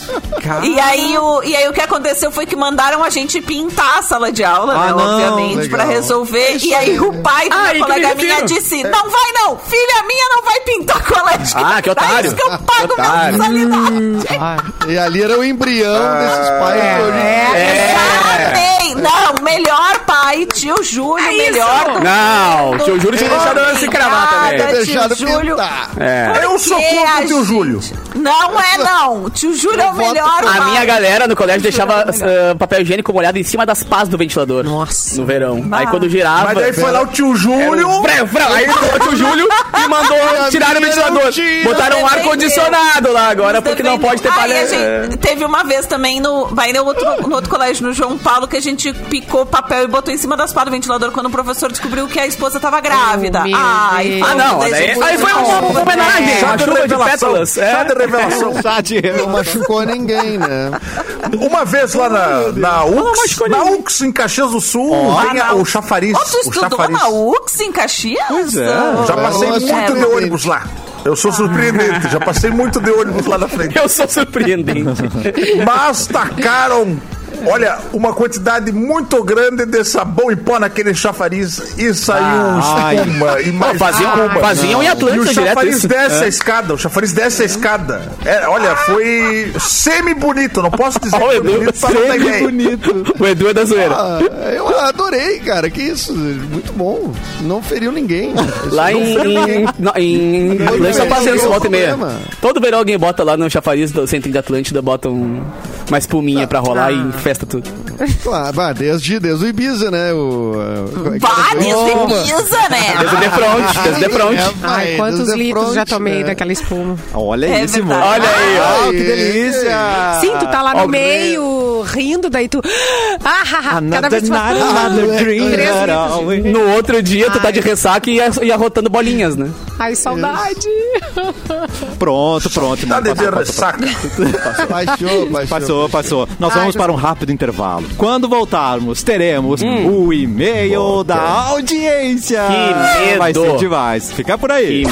E Ah. aí, o, e aí o que aconteceu foi que mandaram a gente pintar a sala de aula, né, obviamente, legal. pra resolver. E aí o pai do Ah, meu e que colega me minha refiro. disse, não vai não, filha minha não vai pintar colégio. Ah, que É otário. isso que eu pago minha otário. Hum. mensalidade. E ali era o embrião desses pais. Ah, que hoje- É. é. é É. Exatamente. Não, melhor pai, tio Júlio, melhor do É Não, do- tio Júlio tinha deixado ela se cravar também. É. Obrigada, Deixaram tio Júlio. pintar. Porque Eu sou a contra o teu gente- Júlio. Não é não, tio Júlio é o voto- melhor A pai. minha galera no colégio deixava ah, papel higiênico molhado em cima das pás do ventilador. Nossa. No verão. Bah. Aí quando girava. Mas daí foi lá o É tio Júlio. Frau, frau. Aí ele botou o Júlio e mandou tirar o minha ventilador. não tira. Botaram um Defendeu. ar-condicionado lá agora, Mas É porque não também pode ter Aí a palha. gente- Teve uma vez também no. Vai no outro, no outro colégio, no João Paulo, que a gente picou papel e botou em cima das pá do ventilador quando o professor descobriu que a esposa tava grávida. Oh, meu Ai, um Deus. Ah, não. daí Daí, gente- aí foi um uma, uma homenagem. Uma Chata chuva de revelação. pétalas. É. Chata revelação. Não machucou ninguém, né? Uma vez lá na, na UX, machucou na um. ninguém. UX em Caxias do Sul, tem a- o chafariz. Ô, tu o estudou chafariz. na UX em Caxias? Pois é. Já passei É, muito de surpreendente. ônibus lá. Eu sou surpreendente, já passei muito de ônibus lá na frente. Eu sou surpreendente. Mas tacaram, olha, uma quantidade muito grande de sabão em pó naquele chafariz e saiu Ai. espuma e mais Ah, faziam- espuma. faziam em Atlântida E o direto É. chafariz isso. desce a escada, o chafariz desce a escada. É, olha, foi semi-bonito, não posso dizer que Olha, foi bonito, só não tem extremamente ideia. bonito. O Edu é da zoeira. Ah, eu adorei, cara. Que isso. Muito bom. Não feriu ninguém. Lá Isso em, não feriu em, ninguém. não, em Todo Atlântida verão passa isso, tem volta e meia. problema. Todo verão alguém bota lá no chafariz do centro de Atlântida, bota um, uma espuminha pra rolar Ah. e festa tudo. é Claro, bah, desde, desde o Ibiza, né? O, como é que era? Várias Opa. delícia, né? Desde de front, desde de front. É, Ai, vai, quantos desde litros front, já tomei né? daquela espuma. Olha É isso, mano. verdade. Olha aí, ó. Ah, que Ai, delícia. Sim, tu tá lá ó, no meio, rindo, daí tu... Ah, ah, ah, cada Another vez "Ah, night, mais... another dream. Três litros, No outro dia, tu tá de ressaca e ia, ia rotando bolinhas, né? Ai, saudade. Pronto, pronto. Tá mano. de Passou, passou, ressaca. Baixou, baixou. Passou, passou. Nós Ai, vamos já- para um rápido intervalo. Quando voltarmos, teremos Hum. o e-mail da audiência. Que medo. Vai ser demais. Fica por aí.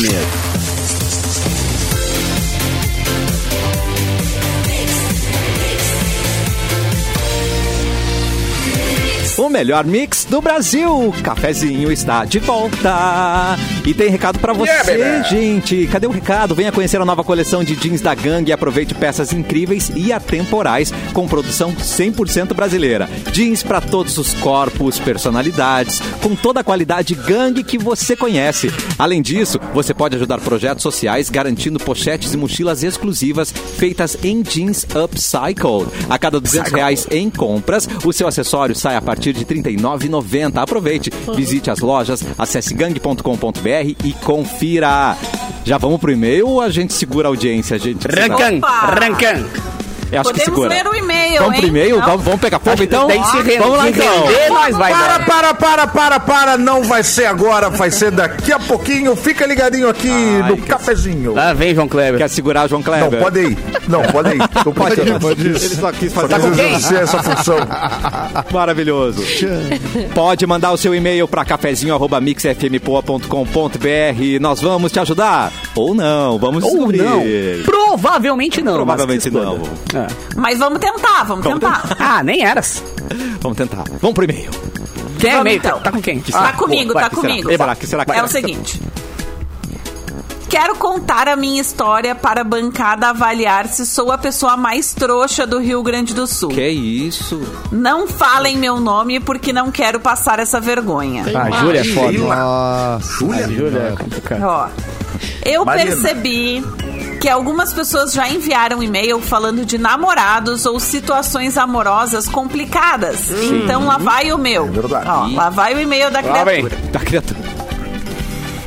O melhor mix do Brasil. O cafezinho está de volta. E tem recado pra você, gente. Cadê o recado? Venha conhecer a nova coleção de jeans da Gang e aproveite peças incríveis e atemporais com produção 100% brasileira. Jeans pra todos os corpos, personalidades, com toda a qualidade Gang que você conhece. Além disso, você pode ajudar projetos sociais garantindo pochetes e mochilas exclusivas feitas em jeans upcycled. A cada 200 reais em compras, o seu acessório sai a partir de R$ 39,90. Aproveite, visite as lojas, acesse gang.com.br e confira. Já vamos pro e-mail ou a gente segura a audiência, a gente? Rancan, Opa! rancan. Eu acho que Podemos segura. ler o e-mail, Vamos pro hein? e-mail? Não? Vamos, vamos pegar fogo, então? Tem que se render, Vamos lá, se então. render, nós vai para, embora. para, para, para, para. Não vai ser agora, vai ser daqui a pouquinho. Fica ligadinho aqui no cafezinho. Lá vem, João Kleber. Quer segurar, João Não, Kleber? pode ir. Não, pode ir. Não pode ir. Tá Pode Ele isso. só quis Só fazer quis um exercer essa função. Maravilhoso. Pode mandar o seu e-mail para cafezinho.mixfmpoa.com.br. Nós vamos te ajudar. Ou não, vamos Ou descobrir. não. Provavelmente não. Provavelmente mas que não. escolha. É. Mas vamos tentar, vamos tentar. Ah, nem eras. Vamos tentar. Vamos pro e-mail. Quem é Vamos e-mail? então. Tá com quem? Tá Ah, comigo, vai, tá que será? comigo. Será que- será que- É o seguinte. Quero contar a minha história para a bancada avaliar se sou a pessoa mais trouxa do Rio Grande do Sul. Que isso? Não falem meu nome porque não quero passar essa vergonha. Ah, a Júlia é foda. Nossa. Júlia? Júlia é complicada. Ó, eu Marina. percebi que algumas pessoas já enviaram e-mail falando de namorados ou situações amorosas complicadas. Então lá vai o É meu. verdade. Ó, lá vai o e-mail da Lá Ah, vem. criatura. Da criatura.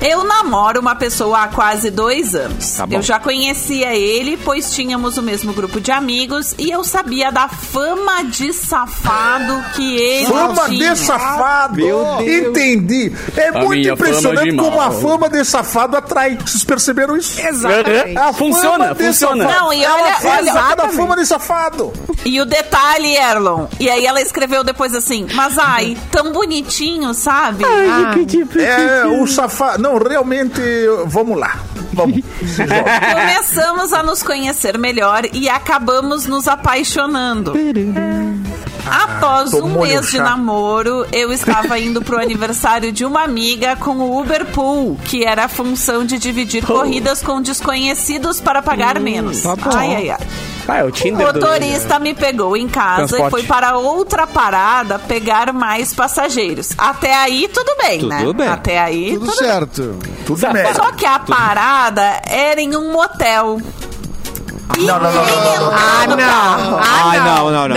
Eu namoro uma pessoa há quase dois anos. Tá bom. eu já conhecia ele, pois tínhamos o mesmo grupo de amigos e eu sabia da fama de safado que ele Fama tinha. de safado. Entendi. É muito minha fama impressionante de como a mal. fama de safado atrai. Vocês perceberam isso? Exatamente. A fama Ah, Funciona, de funciona. safado. Não, e Ela olha- faz olha- nada da fama de safado. E o detalhe, Erlon. E aí ela escreveu depois assim, mas ai, tão bonitinho, sabe? É, o safado. Não, realmente, vamos lá. Vamos. Se joga. Começamos a nos conhecer melhor e acabamos nos apaixonando. Após um tomou-lhe mês o de chá. namoro, eu estava indo pro aniversário de uma amiga com o Uber Pool, que era a função de dividir corridas com desconhecidos para pagar menos. Ai, ai, ai. Ah, é o O Tinder do- motorista me pegou em casa Transporte. e foi para outra parada pegar mais passageiros. Até aí, tudo bem, Tudo né? bem. Até aí, Tudo certo. Tudo bem. só que a parada era em um motel. E Não, não, não, não, não, não. Ah, não. Ah, Ai, não. não, não, não.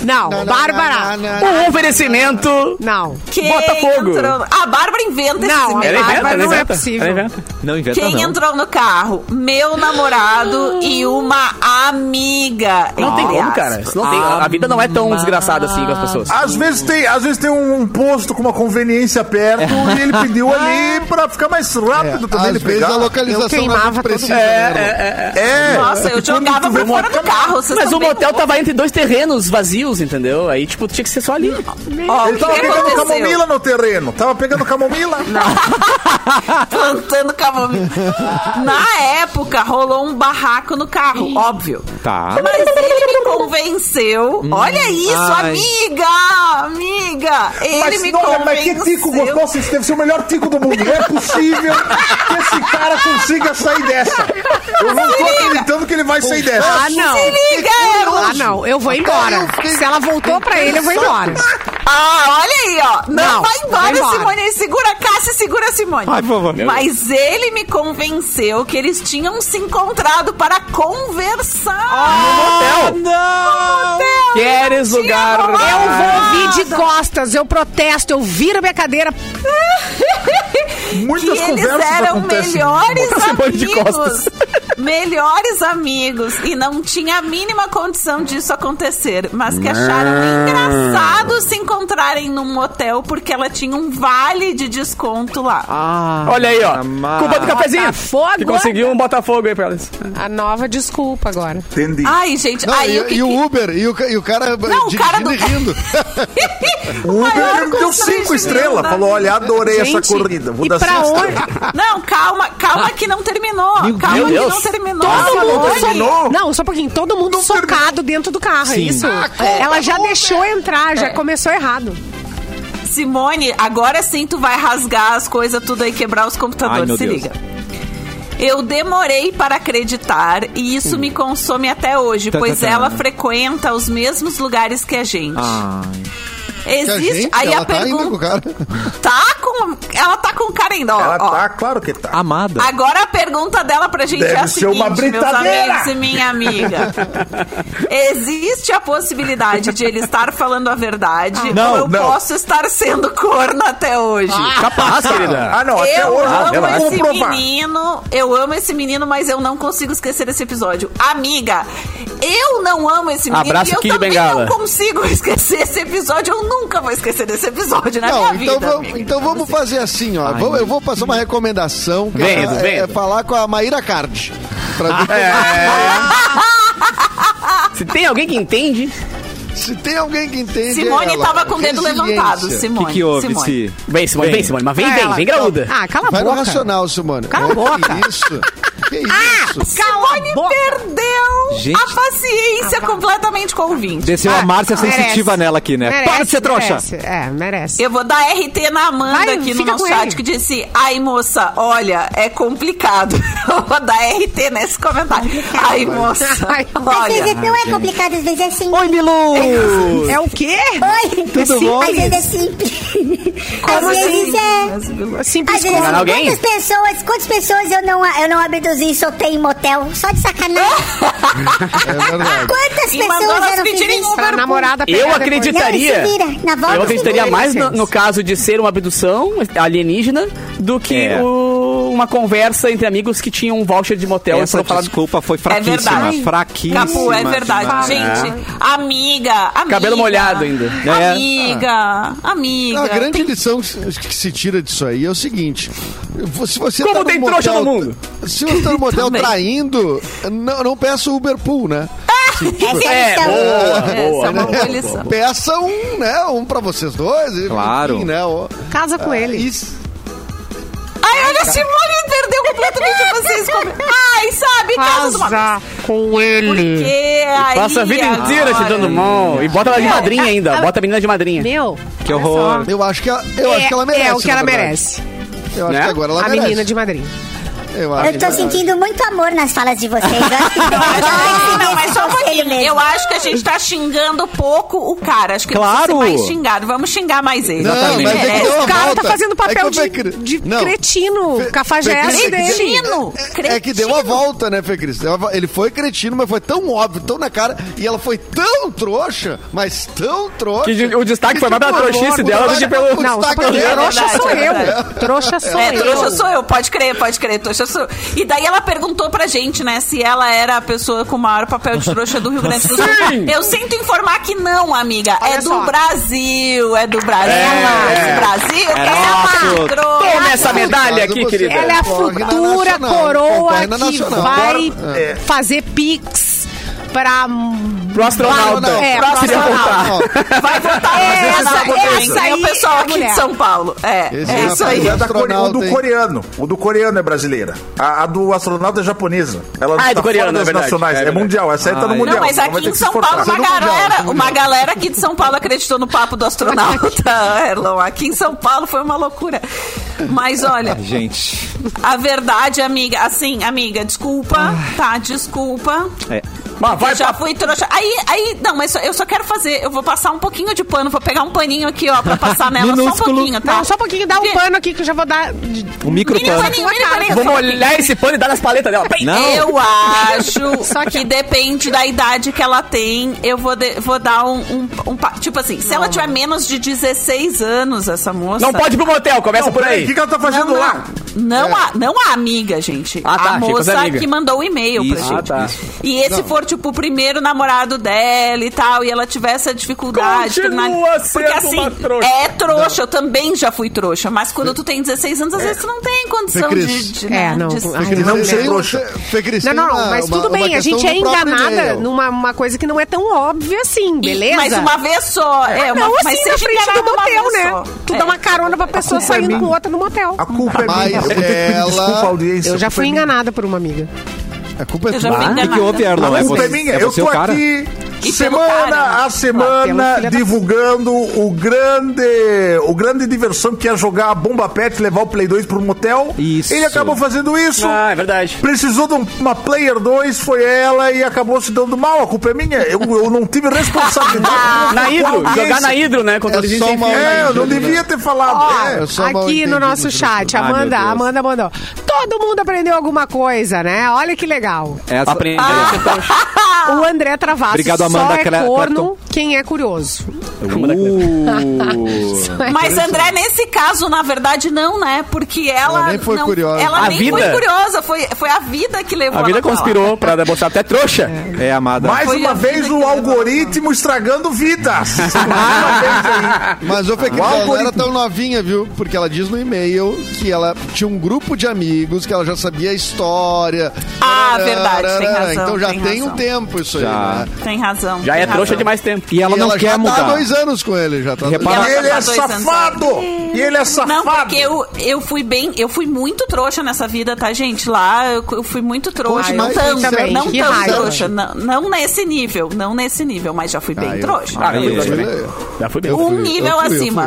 Não. Não. Bárbara. não, não, Um oferecimento. Não. Quem Botafogo. entrou... A Bárbara inventa esse Não, meio. Ela Bárbara, inventa, ela não é inventa, possível. ela inventa. Não inventa, Quem não. entrou no carro? Meu namorado e uma amiga. Não tem entre como, aspas. cara. Isso não tem- a vida não é tão desgraçada assim com as pessoas. Às vezes tem, às vezes tem um, um posto com uma conveniência perto e ele pediu ali pra ficar mais É, rápido também às ele vezes pegar. a localização Eu queimava não é muito todo precisa, mundo. né, Erlon? É. Nossa, eu Quando tu jogava vê pra uma fora do carro. vocês Mas estão o bem motel loucos. tava entre dois terrenos vazios, entendeu? Aí, tipo, tinha que ser só ali. Ó, Ele o que tava pegando aconteceu? camomila no terreno. Tava pegando camomila. plantando camomila. Na época, rolou um barraco no carro, óbvio. Tá. Mas ele me convenceu. Olha isso, ai. amiga! Amiga! Ele mas, me nossa, convenceu. mas que tico gostoso. Esse deve ser o melhor tico do mundo. Não é possível que esse cara consiga sair dessa. Eu não tô acreditando que ele vai sair dessa. Ah, não. Se liga, Erlon! Ah, não. Eu vou embora. Se ela voltou pra ele, eu vou embora. Ah, olha aí, ó. Não, Não, vai embora, vai embora. Simone. Segura a Cássia, segura a Simone. Ai, por favor. Mas ele me convenceu que eles tinham se encontrado para conversar. Motel. Meu Deus, Queres não tinha lugar? rolado. Eu Eu vou vir de costas, eu protesto, eu viro minha cadeira. Muitas que eles conversas eram acontecem. melhores Simone de amigos. costas. melhores amigos. E não tinha a mínima condição disso acontecer. Mas que acharam engraçado se encontrarem num motel porque ela tinha um vale de desconto lá. Ah, Olha aí, ó. amado. Culpa do cafezinho. Tá, Botafogo, Que conseguiu um Botafogo aí pra elas. A nova desculpa agora. Entendi. Ai, gente, Não, aí e, o que. e que- o Uber, e o, ca- e o cara Não, o dirigindo cara do- e rindo. O Uber maior me deu cinco constrangimento estrelas. da Falou, vida. olha, adorei Gente, essa corrida. Vou e dar pra cinco onde? estrelas. Não, calma, calma que não terminou. calma meu que Deus. não terminou. Todo não mundo terminou? so- Não, só um pouquinho. Todo mundo socado dentro do carro, é isso? Ela já deixou entrar, já começou errado. Simone, agora sim tu vai rasgar as coisas tudo aí, quebrar os Ai, computadores, meu se Deus. liga. Eu demorei para acreditar e isso me consome até hoje, Tá, tá, pois tá. ela frequenta os mesmos lugares que a gente. Ai. Que a Existe. gente, aí ela a tá indo com o pergunta. cara. Tá com com. Ela tá com cara ainda, ó. Ela ó. tá, claro que tá. Amada. Agora a pergunta dela pra gente Deve é a ser seguinte, uma meus britadeira. amigos e minha amiga. Existe a possibilidade de ele estar falando a verdade Não, ou eu não. posso estar sendo corno até hoje? Capaz, querida. Ah, não, até eu hoje amo não tem como esse provar. menino, eu amo esse menino, mas eu não consigo esquecer esse episódio. Amiga, eu não amo esse menino Abraço, e eu Kid também Bengala. não consigo esquecer esse episódio. Eu nunca vou esquecer desse episódio na minha Não, então, vida. vamos, amiga. então vamos fazer assim, ó. Vamos- eu vou passar uma recomendação. que Vem, é- Edu, é, vem, é Edu. falar com a Maíra Card. Pra ver Ah, Se tem alguém que entende, é. se tem alguém que entende. Simone é ela. tava com o dedo Resiliência. levantado. O Simone. que, que houve, Simone. Si? vem, Simone, vem, Simone, mas vem, Vai vem, lá. vem, graúda. então. Ah, cala a Vai no boca. racional, Simone. Cala a boca. Que isso? Que Ah! isso? Cala a Simone boca. Ah, perdeu Gente. a paciência completamente com o ouvinte. Desceu a Márcia sensitiva merece. nela aqui, né? Merece, Para de ser trouxa. merece. É, merece. Eu vou dar RT na Amanda Vai, aqui no fica nosso com chat ele. que disse: Ai, moça, olha, é complicado. Eu vou dar RT nesse comentário. Ai, moça, Ai, Às vezes olha. não é complicado, às vezes é simples. Oi, Milu! É o quê? Oi! Tudo bom? Às vezes é simples. Às vezes é. Às Simples vezes, como. Enganar alguém? quantas pessoas, quantas pessoas eu não, eu não abduzi e soltei em motel? Só de sacanagem. É verdade. Quantas E pessoas mandou elas eu não fiz pedirem isso? um Pra namorada pegar Eu depois. acredito- Não, e se Gritaria. vira. Na volta Eu se acreditaria vira. mais no, no caso de ser uma abdução alienígena do que É. o- uma conversa entre amigos que tinham um voucher de motel Essa pra falar de desculpa foi fraquíssima. É verdade. fraquíssima. Capu, é verdade. Gente, É. amiga, amiga. Cabelo molhado ainda. né? É. Ah. Amiga, amiga. A É grande Tem- lição que se tira disso aí é o seguinte: se você Como tá tem num trouxa motel- no mundo? Se você tá no motel Também. traindo, não, não peça Uber Pool, né? Essa é a É, lição. boa, Essa é boa. uma boa lição. Peça um, né? Um pra vocês dois. Claro. Enfim, né? o- Casa com ele. Isso. Ai, olha, Simone perdeu completamente a paciência com Ai, sabe, é casa do mal. Casa com ele. Porque aí. É. Passa a vida inteira te agora- dando mão. E bota ela de madrinha ainda. Bota a menina de madrinha. Meu. Que olha horror. Eu acho que ela, eu acho que ela Ah. É- merece. É o que na ela verdade. merece. Eu acho Né? que agora ela A merece. menina de É, Madrid. Eu, acho Eu tô que- sentindo muito amor nas falas de vocês. Eu acho que eu acho que Não, mas esse só um conselho pouquinho. mesmo. Eu acho que a gente tá xingando pouco o cara. Acho que Claro. ele precisa ser mais xingado. Vamos xingar mais ele. Não, Exatamente. é mas É, tem que dar O uma cara volta. tá fazendo É papel que de, eu fui cri- de Não. cretino, cafajeste Fecris- dele. Cretino, É, é que deu a cretino. volta, né, Fê Cris? Deu a vo- Ele foi cretino, mas foi tão óbvio, tão na cara. E ela foi tão trouxa, mas tão trouxa. Que de- o destaque foi mais pela tipo, trouxice o dela do destaque- que pelo- o Não, só destaque pra dizer, dela- trouxa sou verdade, eu. é Trouxa sou É, eu. trouxa sou eu, pode crer, pode crer, trouxa sou eu. E daí ela perguntou pra gente, né, se ela era a pessoa com o maior papel de trouxa do Rio Grande do Sul. Sim! Eu sinto informar que não, amiga. é Olha do só. Brasil, é do Brasil. É. Esse Brasil É que é nosso. magro. Toma essa medalha Mas aqui, você- querida. Ela é a Concorre na futura nacional, coroa concorre na que nacional. vai É. fazer pix pra... Pro astronauta. É, Pro pro astronauta. astronauta. Vai votar É, essa, essa- essa, essa é o aí pessoal é a aqui de mulher. São Paulo. É, Esse é isso rapaz aí. E a da core- o Astronauta, do hein? coreano. O do coreano é brasileira. A, a do astronauta é japonesa. Ela Ah, é do tá coreano, fora das é verdade. nacionais. É É, verdade. mundial. Essa aí tá Ah, no é. mundial. Não, Ela mas vai aqui ter em que se São Paulo, esforçar. uma galera, uma galera aqui de São Paulo acreditou no papo do astronauta, Erlon. Aqui em São Paulo foi uma loucura. Mas olha, Gente. a verdade, amiga, assim, amiga, desculpa, tá? Desculpa. É. Mas vai eu já pra... fui trouxa. Aí, aí, não, mas eu só quero fazer, eu vou passar um pouquinho de pano, vou pegar um paninho aqui, ó, pra passar nela, só um Minúsculo. pouquinho, tá? Não, só um pouquinho, dá um Porque- pano aqui que eu já vou dar... de- Um micro Mini paninho, mini paninho. Vamos olhar esse pano e dar nas paletas dela. Pim. Não. Eu acho Só que depende da idade que ela tem. Eu vou, de- vou dar um, um- um pa- Tipo assim, se ela tiver menos de 16 anos, essa moça. Não pode ir pro motel, começa por Peraí, aí. o que, que ela tá Não, fazendo não. lá? Não, a, não a amiga, gente. Ah, tá, a achei que fosse moça amiga. que mandou o e-mail pra Isso, gente. ah, tá. E esse for, tipo, o primeiro namorado dela e tal, e ela tiver essa dificuldade. Continua terminar- sendo Porque assim, uma trouxa. é trouxa, eu também já fui trouxa. Mas quando tu tem 16 é. anos, às vezes tu não tem condição Cris. de, de, É, né, não, de- ai, não Tem- ser tem- trouxa. Fê Cris, Não, tem não, uma- mas uma- tudo uma bem, a questão gente é do próprio enganada e-mail. numa uma coisa que não é tão óbvia assim, E- beleza? Mas uma vez só. é, uma, não, mas assim, na seja frente do enganado uma motel, vez né? só. Tu É. dá uma carona pra pessoa culpa é saindo minha. com outra no motel. A culpa é minha. Mas Eu vou ter que pedir ela- desculpa à audiência. Eu já A culpa fui é minha. enganada por uma amiga. A culpa é Eu já tua. fui O Ah? que, que enganada. houve, Erlon? A culpa é você, minha. é Eu você tô o cara? aqui E semana a semana divulgando o grande o grande diversão que é jogar a bomba pet levar o Play 2 pro motel. Isso. Ele acabou fazendo isso. Ah, é verdade. Precisou de um- uma Player 2, foi ela e acabou se dando mal. A culpa é minha. Eu, eu não tive responsabilidade. Na com a Hidro, audiência. jogar na Hidro, né? Contra É o Lizinho só sem uma fio. hora Ah, É, eu Hidro, não né? Ah, devia ter falado. Ó, é. eu sou mal aqui entendido no nosso no chat, Ah, meu Amanda, Deus. Amanda mandou. Todo mundo aprendeu alguma coisa, né? Olha que legal. É Essa... Ah, Aprender. O André Travassos Obrigado, só Amanda é Cre- corno quem é curioso. Uh. Mas André, nesse caso, na verdade, não, né? Porque ela. Ela nem foi não- curiosa. Ela A nem vida. foi curiosa, foi, foi a vida que levou A vida ela pra lá. conspirou pra debochar até trouxa. É, amada. Mais Foi a uma vida vez que o levou algoritmo estragando vidas. Mais uma vez aí. Mas eu Fê, Cris, Uau, ela não era bonito. tão novinha, viu? Porque ela diz no e-mail que ela tinha um grupo de amigos, que ela já sabia a história. Ah, verdade, tem razão, Então já tem tem, razão. um tempo isso Já. aí, né? Tem razão. Já tem é razão. trouxa de mais tempo. E ela E não ela quer já mudar. tá há dois anos com ele, já tá dois Repara- anos. E ele é Tá dois anos. safado! E ele é Não, safado! porque eu, eu fui bem, eu fui muito trouxa nessa vida, tá, gente? Lá eu, eu fui muito trouxa. Conte não mais, tão, também. não Que tão raiva. trouxa. Não, não nesse nível, não nesse nível, mas já fui bem Ah, eu- trouxa. Ah, eu fui Beleza. trouxa também. né? Já fui bem. Eu um fui, nível eu fui, eu acima.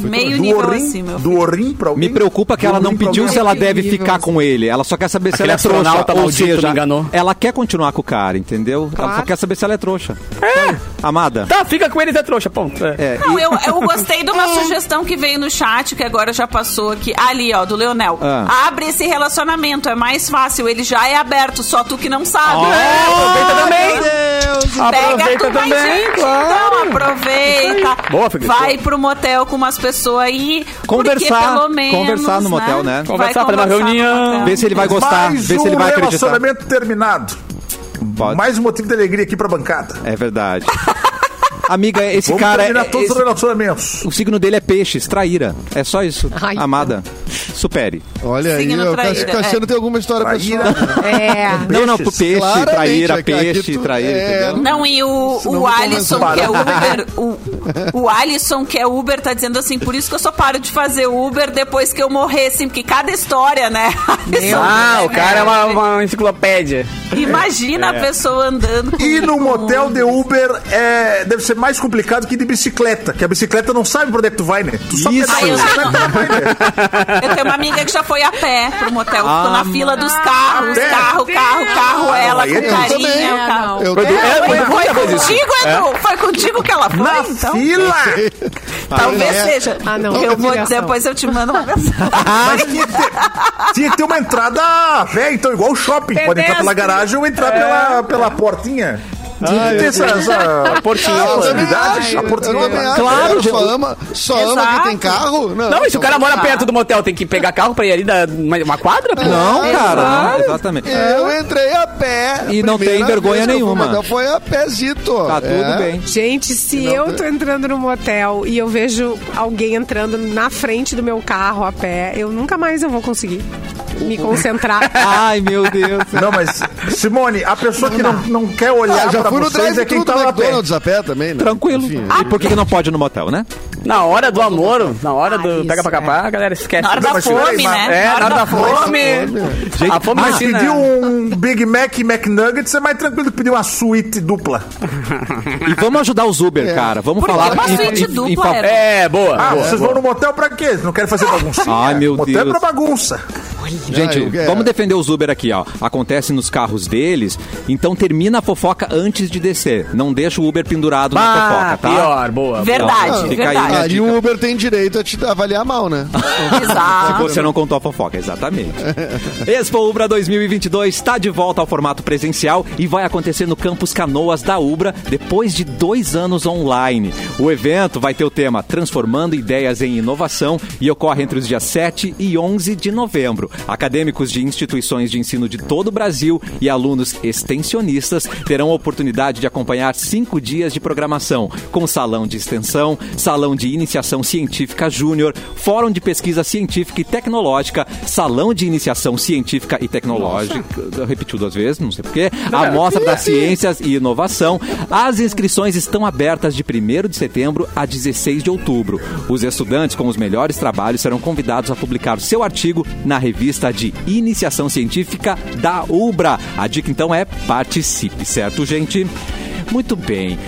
fui. Meio do nível orim, acima. do orim pra alguém? Me preocupa que ela não Ruim pra pediu mim. se ela deve ficar com ele. Ela só quer saber se Aquele ela é trouxa. astronauta Ou maldito me seja, enganou. ela quer continuar com o cara, entendeu? Ela só quer saber se ela é trouxa. É. Amada. Tá, fica com eles, é trouxa, ponto. É. É, Não, eu, eu gostei de uma sugestão que veio no chat, que agora já passou aqui. Ali, ó, do Leonel. Ah. Abre esse relacionamento, é mais fácil. Ele já é aberto, só tu que não sabe. É, aproveita também. Pega Aproveita tu mais também, gente, claro. então aproveita. Boa, Felipe. Vai pro motel com umas pessoas aí. Conversar, porque pelo menos, conversar no motel, né? Vai Conversar, fazer uma conversar no reunião. motel. Vê se ele vai gostar, Mais vê se ele um vai acreditar. relacionamento terminado. Pode. Mais um motivo de alegria aqui pra bancada. É verdade. Amiga, esse Vamos cara. terminar é- todos os esse- relacionamentos. O signo dele é peixes, traíra. É só isso. Ai, Amada, supere. Olha aí, Signo eu traíra, Cassiano tem alguma história Traíra. pessoal. É. Não, não, pro peixe, Claramente, traíra, é que aqui peixe, tu- traíra, é, entendeu? Não, e o, Senão o eu vou Alisson, começar. que é Uber, o, o Alisson, que é Uber, tá dizendo assim, por isso que eu só paro de fazer Uber depois que eu morrer, assim, porque cada história, né? Alisson, Ah, né, o cara é uma, uma enciclopédia. Imagina É. a pessoa andando com E no com- motel de Uber é, deve ser mais complicado que de bicicleta, que a bicicleta não sabe pra onde é que tu vai, né? Tu só Isso. pedala Ah, eu a bicicleta, ela vai, né? Eu tenho uma amiga que já foi a pé pro motel, ficou Ah, na fila dos carros, pé? carro, carro, carro, ela Ah, aí é com eu carinha, o Ah, carro. Eu Foi do- é, foi do- Foi já fez isso. contigo, Edu? Foi contigo que ela foi, É. Na né? então? fila! Talvez Ah, seja. Ah, não, Eu vou humilhação. depois eu te mando uma mensagem. Mas tinha que, ter, tinha que ter uma entrada velha, então, igual o shopping. Pode entrar pela Pedestre. É. garagem ou entrar pela, pela portinha. Tinha que ter essa, essa possibilidade. A portinha. Claro, só ama, só ama Exato. quem tem carro? então, Não, e se só- o cara mora perto do motel, tem que pegar carro pra ir ali da, uma, uma quadra? pô? Não, cara, não, exatamente. Eu entrei a pé. é E não tem Primeira vergonha vez que eu fui nenhuma. nadar Foi a É. pézito. Tá tudo bem. Gente, se Não, eu tá- tô entrando no motel e eu vejo alguém entrando na frente do meu carro a pé, eu nunca mais eu vou conseguir me concentrar. Ai, meu Deus. Não, mas, Simone, a pessoa que não, não quer olhar Ah, já pra fui no vocês é drive quem tudo tá do lá pé. McDonald's a pé também, né? Tranquilo. Ah, Enfim, E por que, que não pode ir no motel, né? Na hora do amor, na hora do isso, pega pra capar, a galera esquece. Na hora Não, da mas peraí, fome, mas- né? É, na hora da fome. a fome Mas ensina. pedir um Big Mac e McNuggets é mais tranquilo que pedir uma suíte dupla. E vamos ajudar os Uber, É. cara. Vamos falar. uma em- suíte em- em- dupla, fa- era. É, boa. Ah, boa. vocês vão no motel pra quê? Vocês Não querem fazer bagunça? Ai, meu motel Deus. é pra bagunça. É, Gente, Ah, eu quero. vamos defender os Uber aqui, ó. Acontece nos carros deles, então termina a fofoca antes de descer. Não deixa o Uber pendurado na Ah, fofoca, tá? pior, boa. Verdade, Fica aí, verdade. né? Ah, e o Uber tem direito a te avaliar mal, né? Se Exato. você não contou a fofoca, exatamente. Expo Ubra 2022 está tá de volta ao formato presencial e vai acontecer no Campus Canoas da Ubra depois de dois anos online. O evento vai ter o tema Transformando Ideias em Inovação e ocorre entre os dias 7 e 11 de novembro. Acadêmicos de instituições de ensino de todo o Brasil e alunos extensionistas terão a oportunidade de acompanhar cinco dias de programação, com salão de extensão, salão de iniciação científica júnior, fórum de pesquisa científica e tecnológica, salão de iniciação científica e tecnológica, repetiu duas vezes, não sei porquê, amostra das ciências e inovação. As inscrições estão abertas de 1 de setembro a 16 de outubro. Os estudantes com os melhores trabalhos serão convidados a publicar o seu artigo na revista de iniciação científica da UBRA. A dica então é participe, certo, gente? Muito bem.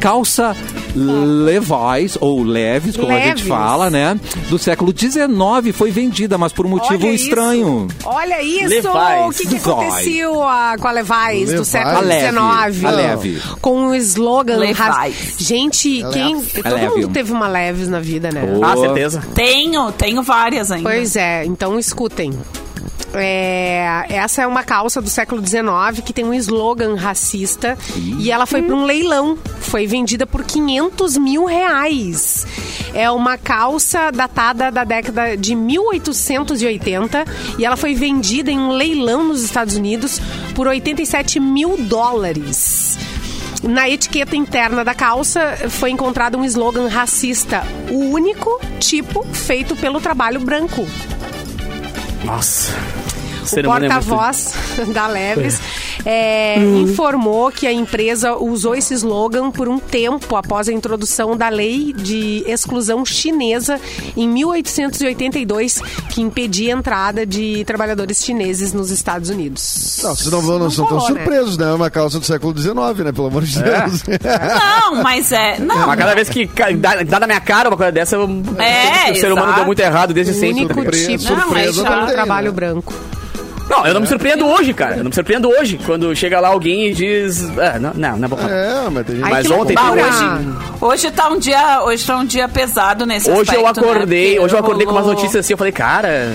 Calça Levi's, ou Leves, como a gente Levi's. fala, né? Do século XIX foi vendida, mas por um motivo Olha isso. estranho. Olha isso! Levi's. O que, que Levi's. aconteceu a- com a Levi's, do Levi's. século A leve, XIX? a leve. Com um slogan... Levi's. ra- Gente, A quem... leve. A Todo leve. mundo teve uma Levi's na vida, né? Boa. Ah, certeza. Tenho, tenho várias ainda. Pois é, então escutem. É, essa é uma calça do século XIX que tem um slogan racista e ela foi para um leilão. Foi vendida por 500 mil reais. É uma calça datada da década de 1880 e ela foi vendida em um leilão nos Estados Unidos por 87 mil dólares. Na etiqueta interna da calça foi encontrado um slogan racista: o único tipo feito pelo trabalho branco. Nossa. O é porta-voz da Leves é, informou que a empresa usou esse slogan por um tempo após a introdução da lei de exclusão chinesa em 1882, que impedia a entrada de trabalhadores chineses nos Estados Unidos. Não, vocês não, vão, não, são tão rolou, né? surpresos, né? É uma calça do século XIX, né? Pelo amor de Deus. Não, mas é. Não. Mas cada vez que ca- dá, dá na minha cara uma coisa dessa, eu- É, o ser humano exato. deu muito errado desde O sempre. único tipo Surpresa feito não né? pelo tem, trabalho branco. Não, eu não me surpreendo hoje, cara. Eu não me surpreendo hoje. Quando chega lá alguém e diz. Ah, não, não, não vou falar. É, mas tem gente Mas que ontem compra. Ah, teve- um hoje, hoje tá um dia, hoje tá um dia pesado nesse Hoje aspecto, eu acordei, né? Porque hoje eu acordei com umas rolou- notícias assim, eu falei, cara.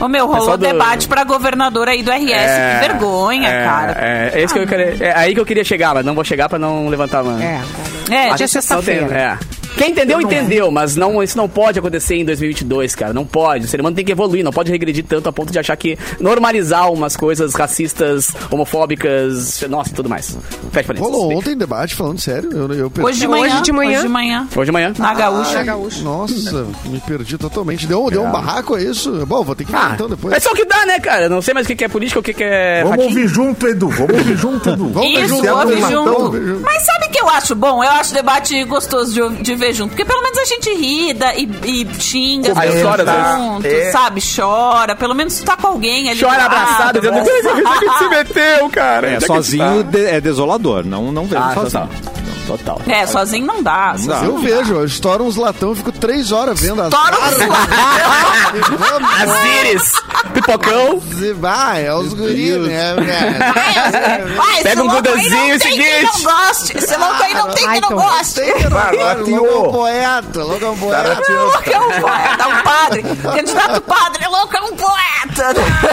Ô meu, rolou Pessoal do- debate pra governadora aí do RS, é, assim, que vergonha, é, cara. Ah. É, é isso que eu queria, é aí que eu queria chegar, mas não vou chegar pra não levantar uma. É. É, Mas já não tem- é. Quem entendeu, entendeu, mas não, isso não pode acontecer em 2022, cara. Não pode. O ser humano tem que evoluir, não pode regredir tanto a ponto de achar que normalizar umas coisas racistas, homofóbicas, nossa, e tudo mais. Fecha parênteses. Rolou ontem debate, falando sério. Eu, eu perdi. Hoje de Hoje manhã. de manhã. Ah, Hoje de manhã. Hoje de manhã. Ah, Na gaúcha. Ai, Nossa, me perdi totalmente. Deu, deu um barraco, é isso? Bom, vou ter que ver Ah, então depois. é só o que dá, né, cara? Eu Não sei mais o que que é política, o que que é. Vamos faquinha. ouvir junto, Edu. Vamos ouvir junto, Edu. é Vamos Isso, junto, ouve vamos junto. junto, ouve junto. Mas sabe o que eu acho bom? Eu acho debate gostoso de, ouv- de ver junto. Porque pelo menos a gente ri da- e, e xinga as Comenta, pessoas né? junto, É. sabe? Chora. Pelo menos tá com alguém ali. do Chora lado. Ah, abraçado, dizendo que você se meteu, cara. É, Onde que sozinho tá? de- é desolador, não, não vejo Ah, sozinho. total. Total. É, sozinho não dá. Não dá. Eu vejo, eu estouro uns latão, fico três horas vendo as Estoura uns Aziris, tá? pipocão, E Vai, é os guris, né? velho? Vai, Pega É. esse um louco aí gudanzinho não tem seguinte. que não goste. Esse louco aí não tem Ai, que não tô- goste. Vai lá, tio. Logão é um poeta, logão poeta. Não, louco é um poeta, um padre. Candidato padre, louco é um poeta.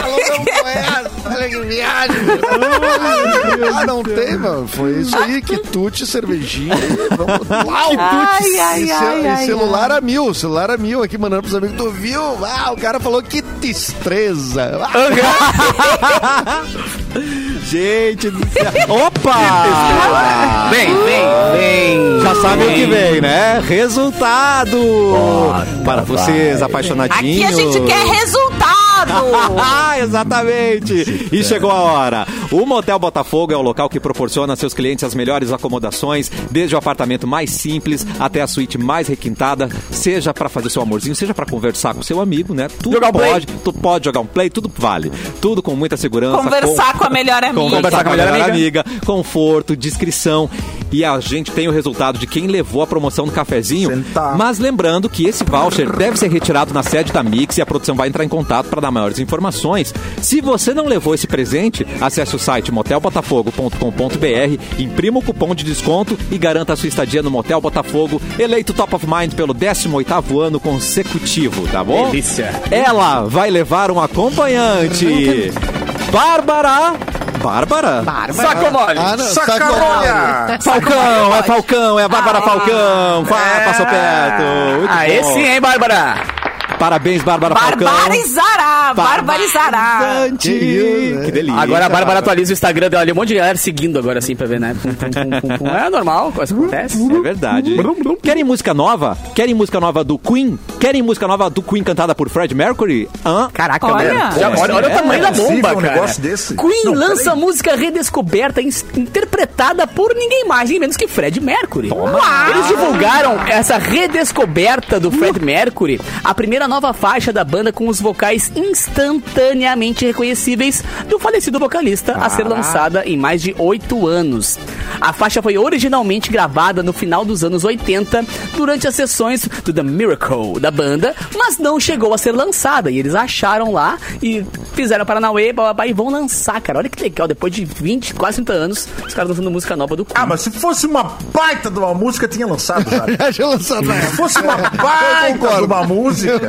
Logão poeta, olha que viagem. meu. Ah, não tem, mano. Foi isso aí, quitute, cervejinha. Vamos... Uau, quitute. ai, e, ai, e ai, celular a mil, celular a mil aqui mandando pros amigos. Tu viu? Ah, o cara falou que destreza. Ah, Gente do céu. Opa! Vem, vem, vem. Já sabe o que vem, né? Resultado! Para vocês, apaixonadinhos. Aqui a gente quer resultado. Ah, Exatamente! E chegou a hora. O Motel Botafogo é o local que proporciona a seus clientes as melhores acomodações, desde o apartamento mais simples até a suíte mais requintada, seja para fazer seu amorzinho, seja para conversar com seu amigo, né? Tudo Jogar um pode, tu pode jogar um play, tudo vale. Tudo com muita segurança. Conversar com a melhor amiga. Conversar com a melhor amiga, conforto, discrição. E a gente tem o resultado de quem levou a promoção do cafezinho. Sentar. Mas lembrando que esse voucher deve ser retirado na sede da Mix e a produção vai entrar em contato para dar maiores informações. Se você não levou esse presente, acesse o site motelbotafogo.com.br, imprima o cupom de desconto e garanta a sua estadia no Motel Botafogo, eleito Top of Mind pelo 18º ano consecutivo, tá bom? Delícia. Ela vai levar um acompanhante. Bárbara. Bárbara. Saco mole. ah, não, sacolé. Sacanolha! Falcão, é Falcão, é a Ah. Bárbara Falcão. Fa- Ah, É. Passou perto. Muito Aê bom. sim, hein, Bárbara? Parabéns, Bárbara Falcão. Barbarizará, barbarizará. Barbarizante. Que isso, né? Que delícia. Agora a Bárbara tá- atualiza o Instagram dela ali, um monte de galera seguindo agora, assim, pra ver, né? Pum, pum, pum, pum, pum. É normal, isso acontece. É verdade. Querem música nova? Querem música nova do Queen? Querem música nova do Queen cantada por Fred Mercury? Hã? Caraca, Olha. mano. Já- olha, olha o É tamanho da Ah, bomba, possível cara. um negócio desse? Queen Não, lança música redescoberta ins- interpretada por ninguém mais, ninguém menos que Fred Mercury. Eles divulgaram essa redescoberta do Fred Mercury, a primeira nova faixa da banda com os vocais instantaneamente reconhecíveis do falecido vocalista a ser lançada em mais de oito anos. A faixa foi originalmente gravada no final dos anos 80 durante as sessões do The Miracle da banda, mas não chegou a ser lançada. E eles acharam lá e fizeram Paranauê bababá, e vão lançar, cara. Olha que legal, depois de 20, quase 30 anos, os caras lançando música nova do cu. Ah, mas se fosse uma baita de uma música, tinha lançado, sabe? Já lançado na Se fosse uma baita de uma música.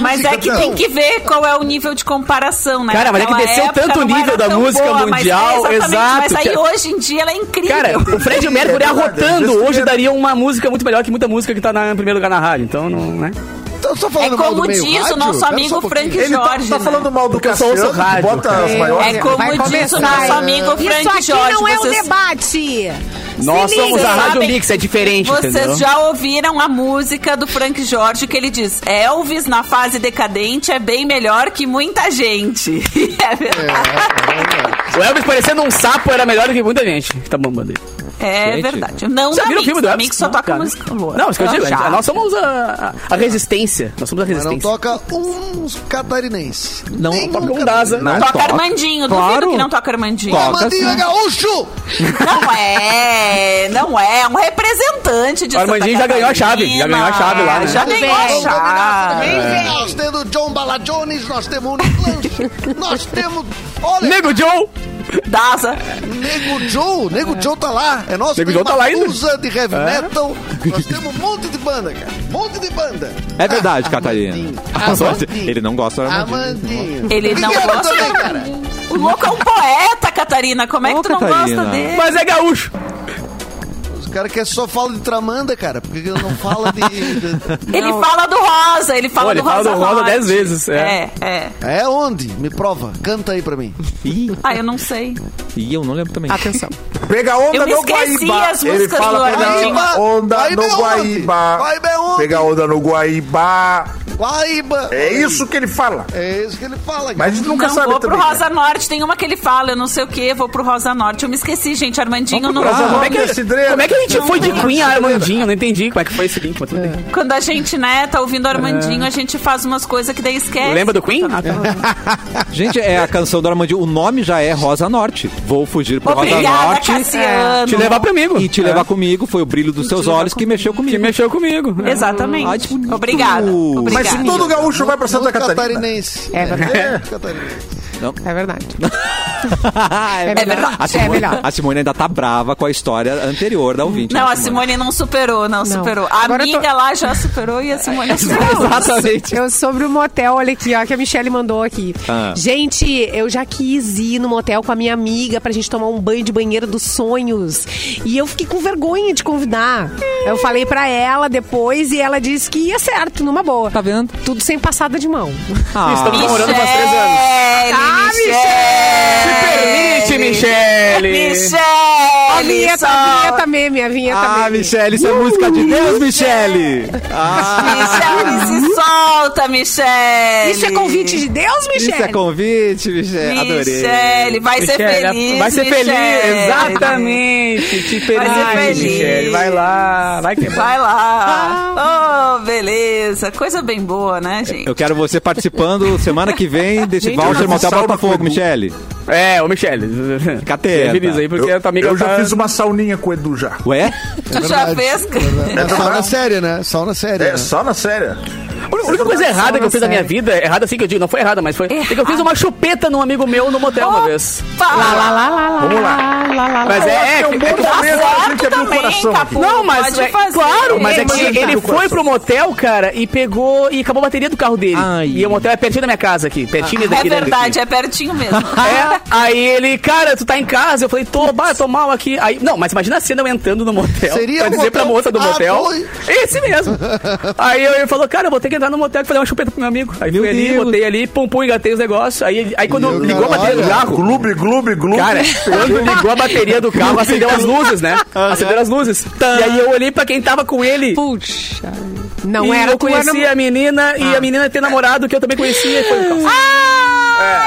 Mas é que tem que ver qual é o nível de comparação, né? Cara, mas é que Naquela desceu época tanto o não nível era da tão música boa, mas é, mundial, exatamente, exato, Mas aí que- hoje em dia ela é incrível. Cara, o Fred Mercury é arrotando hoje daria uma música muito melhor que muita música que tá na, em primeiro lugar na rádio, então não, né? só É como diz o nosso um amigo Frank Ele tá, Jorge. tá né? falando mal do Porque eu só Cassiano, ouço que rádio, bota cara. as maiores... É como Vai diz o começar, nosso hein? amigo Frank Isso aqui Jorge. não é um vocês- debate. Nós Se somos liga. a Rádio sabem- Mix, é diferente, Vocês entendeu? já ouviram a música do Frank Jorge que ele diz: Elvis na fase decadente é bem melhor que muita gente. É verdade. O Elvis parecendo um sapo era melhor do que muita gente que tá bombando aí. É Gente. verdade. Não, Já da viram o Mix. filme do da Elvis? Mix só toca cara. música boa. Não, isso que eu digo, Já. gente, é nós somos a, a- a resistência. Nós somos a Mas não resistência. toca um uns catarinenses. Não toca um Daza. Não Toca toca. Armandinho, Claro. duvido que não toca Armandinho. Toca. Armandinho é sim. gaúcho! Não é, não é. Um representante de O Armandinho Santa já ganhou Catarina. a chave, já ganhou a chave lá, né? Já Tudo ganhou a bem. chave. Nós temos John Bala Jones, nós temos o Nicolas, nós temos. Olha, Nego Joe! Daza. Nego Joe, Nego Joe tá lá, é nosso. Nego tem Joe tá lá ainda. Matusa de heavy metal, nós temos um monte de banda, cara. Um monte de banda. É verdade, Ah, Catarina. Armandinho, Ele não gosta do Armandinho. Armandinho. Ele não Guilherme gosta também, do- cara. O louco é um poeta, Catarina. Como é que Ô, tu não Catarina. gosta dele? Mas é gaúcho! Os caras que só falam de tramanda, cara. Porque não fala de. de- Ele fala do rosa, ele fala Pô, ele do fala rosa. do rosa Hot. dez vezes, é. É, é. É onde? Me prova. Canta aí pra mim. Ih, Ah, eu não sei. e eu não lembro também. Atenção. Pega a onda Eu me no esqueci Guaíba. as Ele músicas do fala, Armandinho. pega a onda Guaíba é no onde? Guaíba. Guaíba é onde? Pega a onda no Guaíba. Guaíba! É isso que ele fala. É isso que ele fala, cara. Mas a gente nunca não, sabe vou também. pro né? Rosa Norte. Tem uma que ele fala, eu não sei o que, vou pro Rosa Norte. Eu me esqueci, gente. Armandinho não. Rosa Como Norte. é, que, Cidreira. como é que a gente foi de Queen a Armandinho? Eu Não entendi como é que foi esse link, mas tudo bem. Quando a gente, né, tá ouvindo Armandinho, a gente faz umas coisas que daí esquece. É. Lembra do Queen? Gente, é a canção do Armandinho. O nome já é Rosa Norte. Vou fugir pro Rosa Obrigada, Norte. Cassiano. Te levar comigo. E te levar comigo foi o brilho dos seus olhos que mexeu Que comigo. mexeu É. comigo. É. Exatamente. Ai, que bonito. Obrigada. Mas se Obrigada. todo gaúcho vai pra Santa Muito tá Catarina. catarinense. É verdade. É, catarinense. É verdade. é verdade. A Simone, É verdade. a Simone ainda tá brava com a história anterior da ouvinte. Não, né, a Simone não superou, não, superou. A Agora eu tô- amiga lá já superou e a Tá Simone superou. Exatamente. Eu sobre o motel, olha aqui, ó, que a Michelle mandou aqui. Ah. Gente, eu já quis ir no motel com a minha amiga pra gente tomar um banho de banheiro dos sonhos. E eu fiquei com vergonha de convidar. Eu falei pra ela depois e ela disse que ia certo, numa boa. Tá vendo? Tudo sem passada de mão. Ah, Estamos namorando faz três anos. Michele, Ah, Michele. Permite, Michele! A Michele. vinheta, a só- vinheta meme, a vinheta ah meme. Michelle, isso é música de Deus, Michelle! Michele, se solta, Michele. Isso é convite de Deus, Michelle? Isso é convite, Michelle. Adorei. Michele, vai ser Michele, feliz, Vai ser Michele. feliz, exatamente. Te feliz, ser feliz. Michele. Vai lá, vai que é Vai lá. Oh, beleza. Coisa bem boa, né, gente? Eu quero você participando semana que vem desse voucher eu Motel sauro com Botafogo, Edu. Michele. É, ô Michele. Cateta. Seja Feliz aí, porque a tua amiga Eu tá... já fiz uma sauninha com o Edu já. Ué? tu já fez? É sauna séria, né? Sauna séria. É, né? só na séria. A única coisa errada que eu fiz na minha vida, errada assim que eu digo, não foi errada, mas foi. É que eu fiz uma chupeta num amigo meu no motel uma vez. Fala. Vamos lá. Mas é, é, um bom é que- momento pra gente abrir o tá também, tá coração. aqui. Capu. Não, mas Pode é, fazer. claro, mas é que Imagina. ele foi pro motel, cara, e pegou e acabou a bateria do carro dele. Ai. E o motel é pertinho da minha casa aqui, pertinho É daqui. né, verdade, daqui. é pertinho mesmo. É, aí ele, cara, tu tá em casa? Eu falei, tô, bah, tô mal aqui. Aí, não, mas imagina a cena eu entrando no motel. Seria pra um dizer pra motel- moça do Ah, motel. foi. Esse mesmo. Aí eu- ele falou, cara, eu vou ter que entrar no motel e fazer uma chupeta pro meu amigo. Aí Meu fui ali, Deus. botei ali, pum, pum, engatei os negócios. Aí, aí quando Meu ligou a bateria do caralho. carro, Ah, Gloob, gloob, gloob. Cara, é quando ligou a bateria do carro, acendeu as luzes, né? Acenderam as luzes. E aí eu olhei pra quem tava com ele. Puxa. Não e era eu tua, não- conhecia a menina e a menina tem namorado que eu também conhecia. E foi, Ah,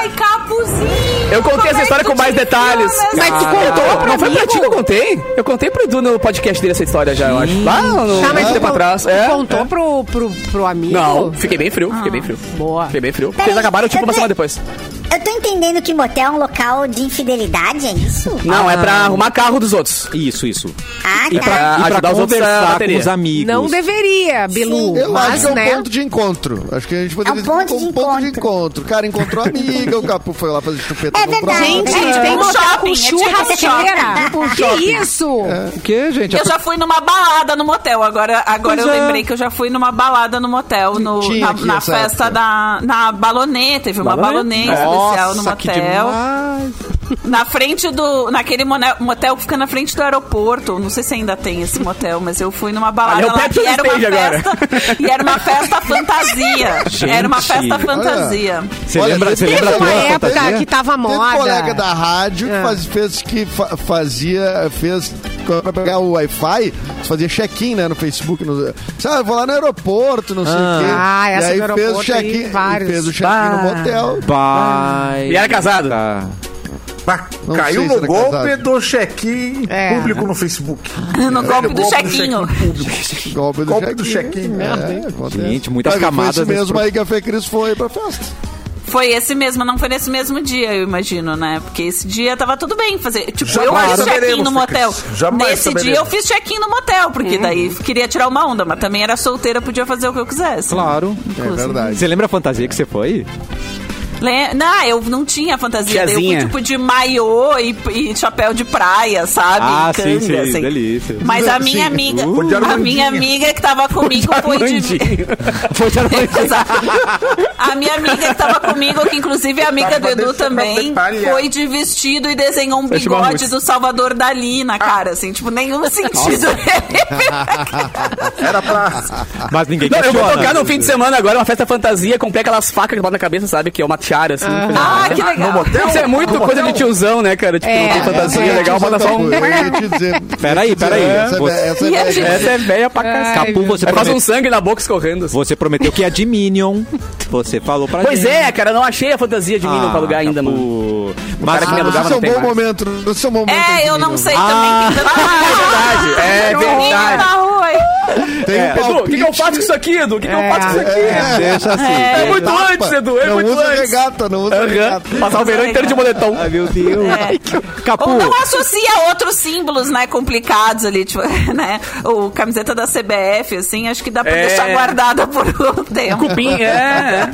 Ai, capuzinho! Eu contei essa história com mais é detalhes. Mas tu contou? Não foi pra ti que eu contei? Eu contei pro Edu no podcast dele essa história já, eu acho. Lá no Tá, mas muito tu tempo con- atrás. tu É, contou é. pro, pro, pro amigo? Não, fiquei bem frio, fiquei bem frio. Boa. Fiquei bem frio. Peraí, Vocês acabaram tipo eu uma te- semana depois. Eu tô entendendo que motel é um local de infidelidade, é isso? Não, é pra arrumar carro dos outros. Isso, isso. Ah, E tá. pra, e pra ajudar os outros a conversar bateria. com os amigos. Não deveria, Bilu. Eu acho mas, que é um né? ponto de encontro. Acho que a gente poderia É um ponto dizer que é de encontro. encontro. Cara, encontrou amiga, o Capu foi lá fazer chupeta no É braço. verdade. Gente, É. tem Tipo um motel shopping, com é tipo um churrasqueira. Que isso? O quê, gente? Eu já fui numa balada no motel. Agora, agora eu Pois é. lembrei que eu já fui numa balada no motel, no, Tinha na, aqui na essa festa época. da. Na balonê, teve uma balonê, especial no Nossa, que motel. demais. Na frente do. Naquele mone- motel que fica na frente do aeroporto. Não sei se ainda tem esse motel, mas eu fui numa balada Olha, eu lá perto que do era uma stage agora. festa. E era uma festa fantasia. Gente, era uma festa olha. fantasia. Você Olha, lembra, você teve lembra a uma tua época fantasia? que tava moda. Ah. Teve colega da rádio que faz- fez que fa- fazia, fez pra pegar o Wi-Fi, fazia check-in, né, no Facebook. No, sabe, eu vou lá no aeroporto, não sei o quê. Ah, essa e aí do fez o aeroporto aí, check-in, vários. fez o check-in no motel. Pai. E era casado. Tá. Tá, Não caiu sei se no era golpe casado. do check-in É. público no Facebook. No golpe do chequinho. Golpe do Golpe do check-in. né? check-in. merda, hein? Acontece. Gente, muitas Mas foi camadas Isso nesse mesmo pro- aí que a Fê Cris foi pra festa. Foi esse mesmo, não foi nesse mesmo dia, eu imagino, né? Porque esse dia tava tudo bem fazer. Tipo, Jamais eu fiz check-in saberemos, no motel. Cris. Jamais Nesse dia saberemos. Uhum. eu fiz check-in no motel, porque daí queria tirar uma onda, mas também era solteira, podia fazer o que eu quisesse. Claro. É verdade. Você lembra a fantasia que você foi? Le- Não, eu não tinha fantasia. daí Eu fui Tiazinha. tipo de maiô e, e chapéu de praia, sabe? Ah, E assim. sim, Uh, sim, assim. delícia. Mas a minha amiga, de a minha Armandinha. amiga que tava comigo foi de Foi de Armandinho. Exato. é. A minha amiga que tava comigo, que inclusive é amiga do Tava Edu deixando também, detalhe. foi de vestido e desenhou um Sétima bigode Ruth. do Salvador Dali Ah. na cara, assim, tipo, nenhum sentido. Era pra. Mas ninguém Não, eu questiona. vou tocar no fim de semana agora, uma festa fantasia, comprei aquelas facas que botam na cabeça, sabe? Que é uma tiara, assim. coisa- ah, que legal. Isso é muito coisa de tiozão, né, cara? Tipo, não tem fantasia É, legal, bota só um... Eu ia te dizer. Peraí, peraí. Essa é- Você- essa é E a velha. gente- Essa é velha pra Ai, caralho. Capu, você, Aí faz prometeu- um sangue na boca escorrendo. assim. você prometeu que ia de Minion. Você falou pra Pois gente. é, cara, não achei a fantasia de mim não pra lugar ainda, mano. mano. cara Mas que me Ah, alugava esse é não um tem bom mais. momento. Esse é um momento. É, eu não Emílio. sei Ah. também. Ah, É verdade. Tem um Edu, É, o que, que eu palpite. faço com isso aqui, Edu? O que, que eu faço com isso aqui? É, deixa assim. É, muito Tapa. antes, Edu, é não muito usa antes. regata, não usa Aham. regata. Passar o verão inteiro de moletom. Ai, meu Deus. Ai, que- Capu, Ou não associa outros símbolos, né, complicados ali, tipo, né? Ou camiseta da CBF, assim, acho que dá pra É. deixar guardada por um tempo. Cupim, é.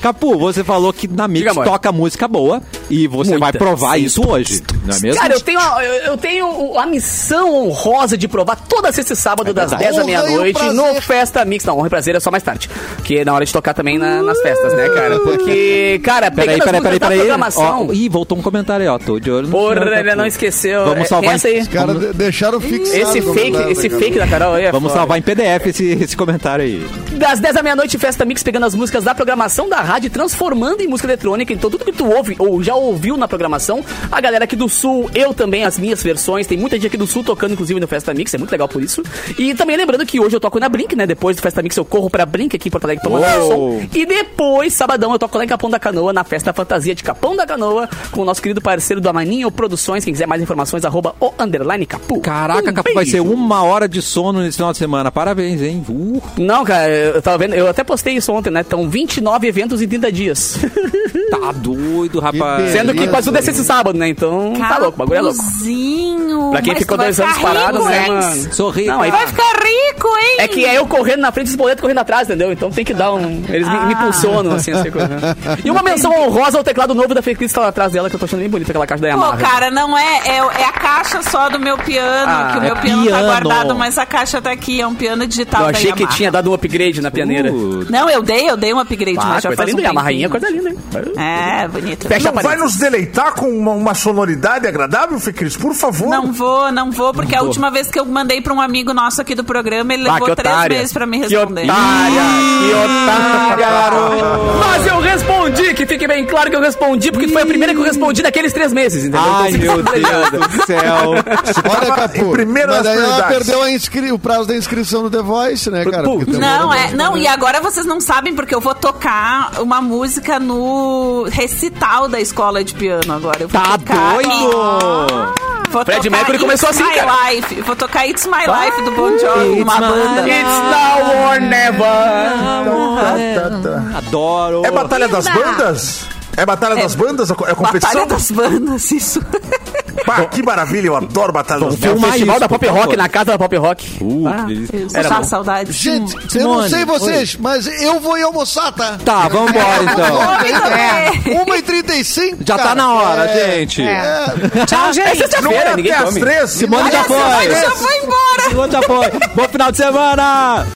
Capu, você falou que na Mix Diga, amor. toca música boa e você Muita. vai provar Sim. isso hoje, não é mesmo? Cara, eu tenho, a, eu eu tenho a missão honrosa de provar toda sexta e sábado das É verdade. 10 à Honra e o meia-noite no prazer. Festa Mix. Não, honra e prazer é só mais tarde. Que é na hora de tocar também na- nas festas, né, cara? Porque, cara, Peraí, pegando as peraí, músicas peraí, da peraí. programação... Ó, ih, voltou um comentário aí, ó. Tô de olho no senhor, Porra, ele Capu. não esqueceu. Vamos É, salvar essa em- aí. Os caras de- deixaram fixado. Esse no fake, lugar, esse cara. fake da Carol aí é Vamos foda. salvar em PDF esse, esse comentário aí. Das 10 da meia-noite, Festa Mix pegando as músicas da programação da rádio, e transformando em música eletrônica. Então, tudo que tu ouve ou já ouviu na programação, a galera aqui do Sul, eu também, as minhas versões. Tem muita gente aqui do Sul tocando, inclusive, no Festa Mix, é muito legal por isso. E também lembrando que hoje eu toco na Brink, né? Depois do Festa Mix eu corro pra Brink aqui em Porto Alegre tomar um Uou! som. E depois, sabadão, eu toco lá em Capão da Canoa, na Festa Fantasia de Capão da Canoa, com o nosso querido parceiro do Amaninho Produções. Quem quiser mais informações, arroba o underline Capu. Caraca, Um Capu, vai ser beijo. uma hora de sono nesse final de semana. Parabéns, hein? Uh, Não, cara, eu tava vendo, eu até postei isso ontem, né? Estão 29 eventos em 30 dias. tá doido, rapaz. beleza. Sendo que quase tudo é sexta e sábado, né? Então, tá louco, o bagulho é louco. Capuzinho, Pra quem mas ficou tu vai dois anos ficar parado, rico, né, hein? mano? Sorri, Não, aí cara. Vai ficar rico, hein? É que é eu correndo na frente e os boletos correndo atrás, entendeu? Então tem que dar um. Eles Ah. me, me impulsionam, assim, essa coisa. né? E uma menção honrosa ao teclado novo da Fecris que tá lá atrás dela, que eu tô achando bem bonita aquela caixa da Pô, Yamaha. cara, não é, é. é a caixa só do meu piano, Ah, que o é meu piano, tá piano. guardado, mas a caixa tá aqui, é um piano digital. eu da achei que Yamaha. tinha dado um upgrade na pianeira. Uh, Não, eu dei, eu dei um upgrade, Ah, mas já coisa faz um tempinho. linda, Yamahainha, coisa linda, hein? É, bonito. Fecha a Não vai vai nos deleitar com uma, uma sonoridade agradável, Fê Cris? Por favor. Não vou, não vou, porque a última vez que eu mandei pra um amigo nosso aqui do programa, ele Ah, levou que três otária. meses pra me Que responder. otária, que otária, garoto. Mas eu respondi, que fique bem claro que eu respondi, porque foi a primeira que eu respondi naqueles três meses, entendeu? Ai, Então, meu se- Deus do céu. Olha, tava em Capu, primeiro mas nas daí ela prioridades. perdeu a inscri- o prazo da inscrição do The Voice, né, cara? Porque demorou Não, pra- é, não, e agora vocês não sabem, porque eu vou tocar uma música no recital da escola de piano agora. Eu vou Tá tocar doido! E... Vou Fred tocar Mercury It's começou assim, my cara. Life. Vou tocar It's My Life do Bon Jovi, uma banda. It's now or never. Tá, tá, tá. Adoro. É Batalha das Linda. Bandas? É Batalha das Bandas? a co- É a competição? Batalha das bandas, isso. Pá, que maravilha, eu adoro Batalha das Tem um Bandas. Filma festival isso, da pop por rock favor. na casa da pop rock. Uh, que delícia. Era tá saudade. Gente, Hum. eu não Simone, sei vocês, mas eu vou ir almoçar, tá? Tá, vamos embora então. Oi, também. 1h35, Já tá cara. na hora, É. gente. Tchau, É gente. Não sexta-feira, era ninguém até às come. três? Simone já Olha, foi. já foi embora. Simone já foi. Bom final de semana.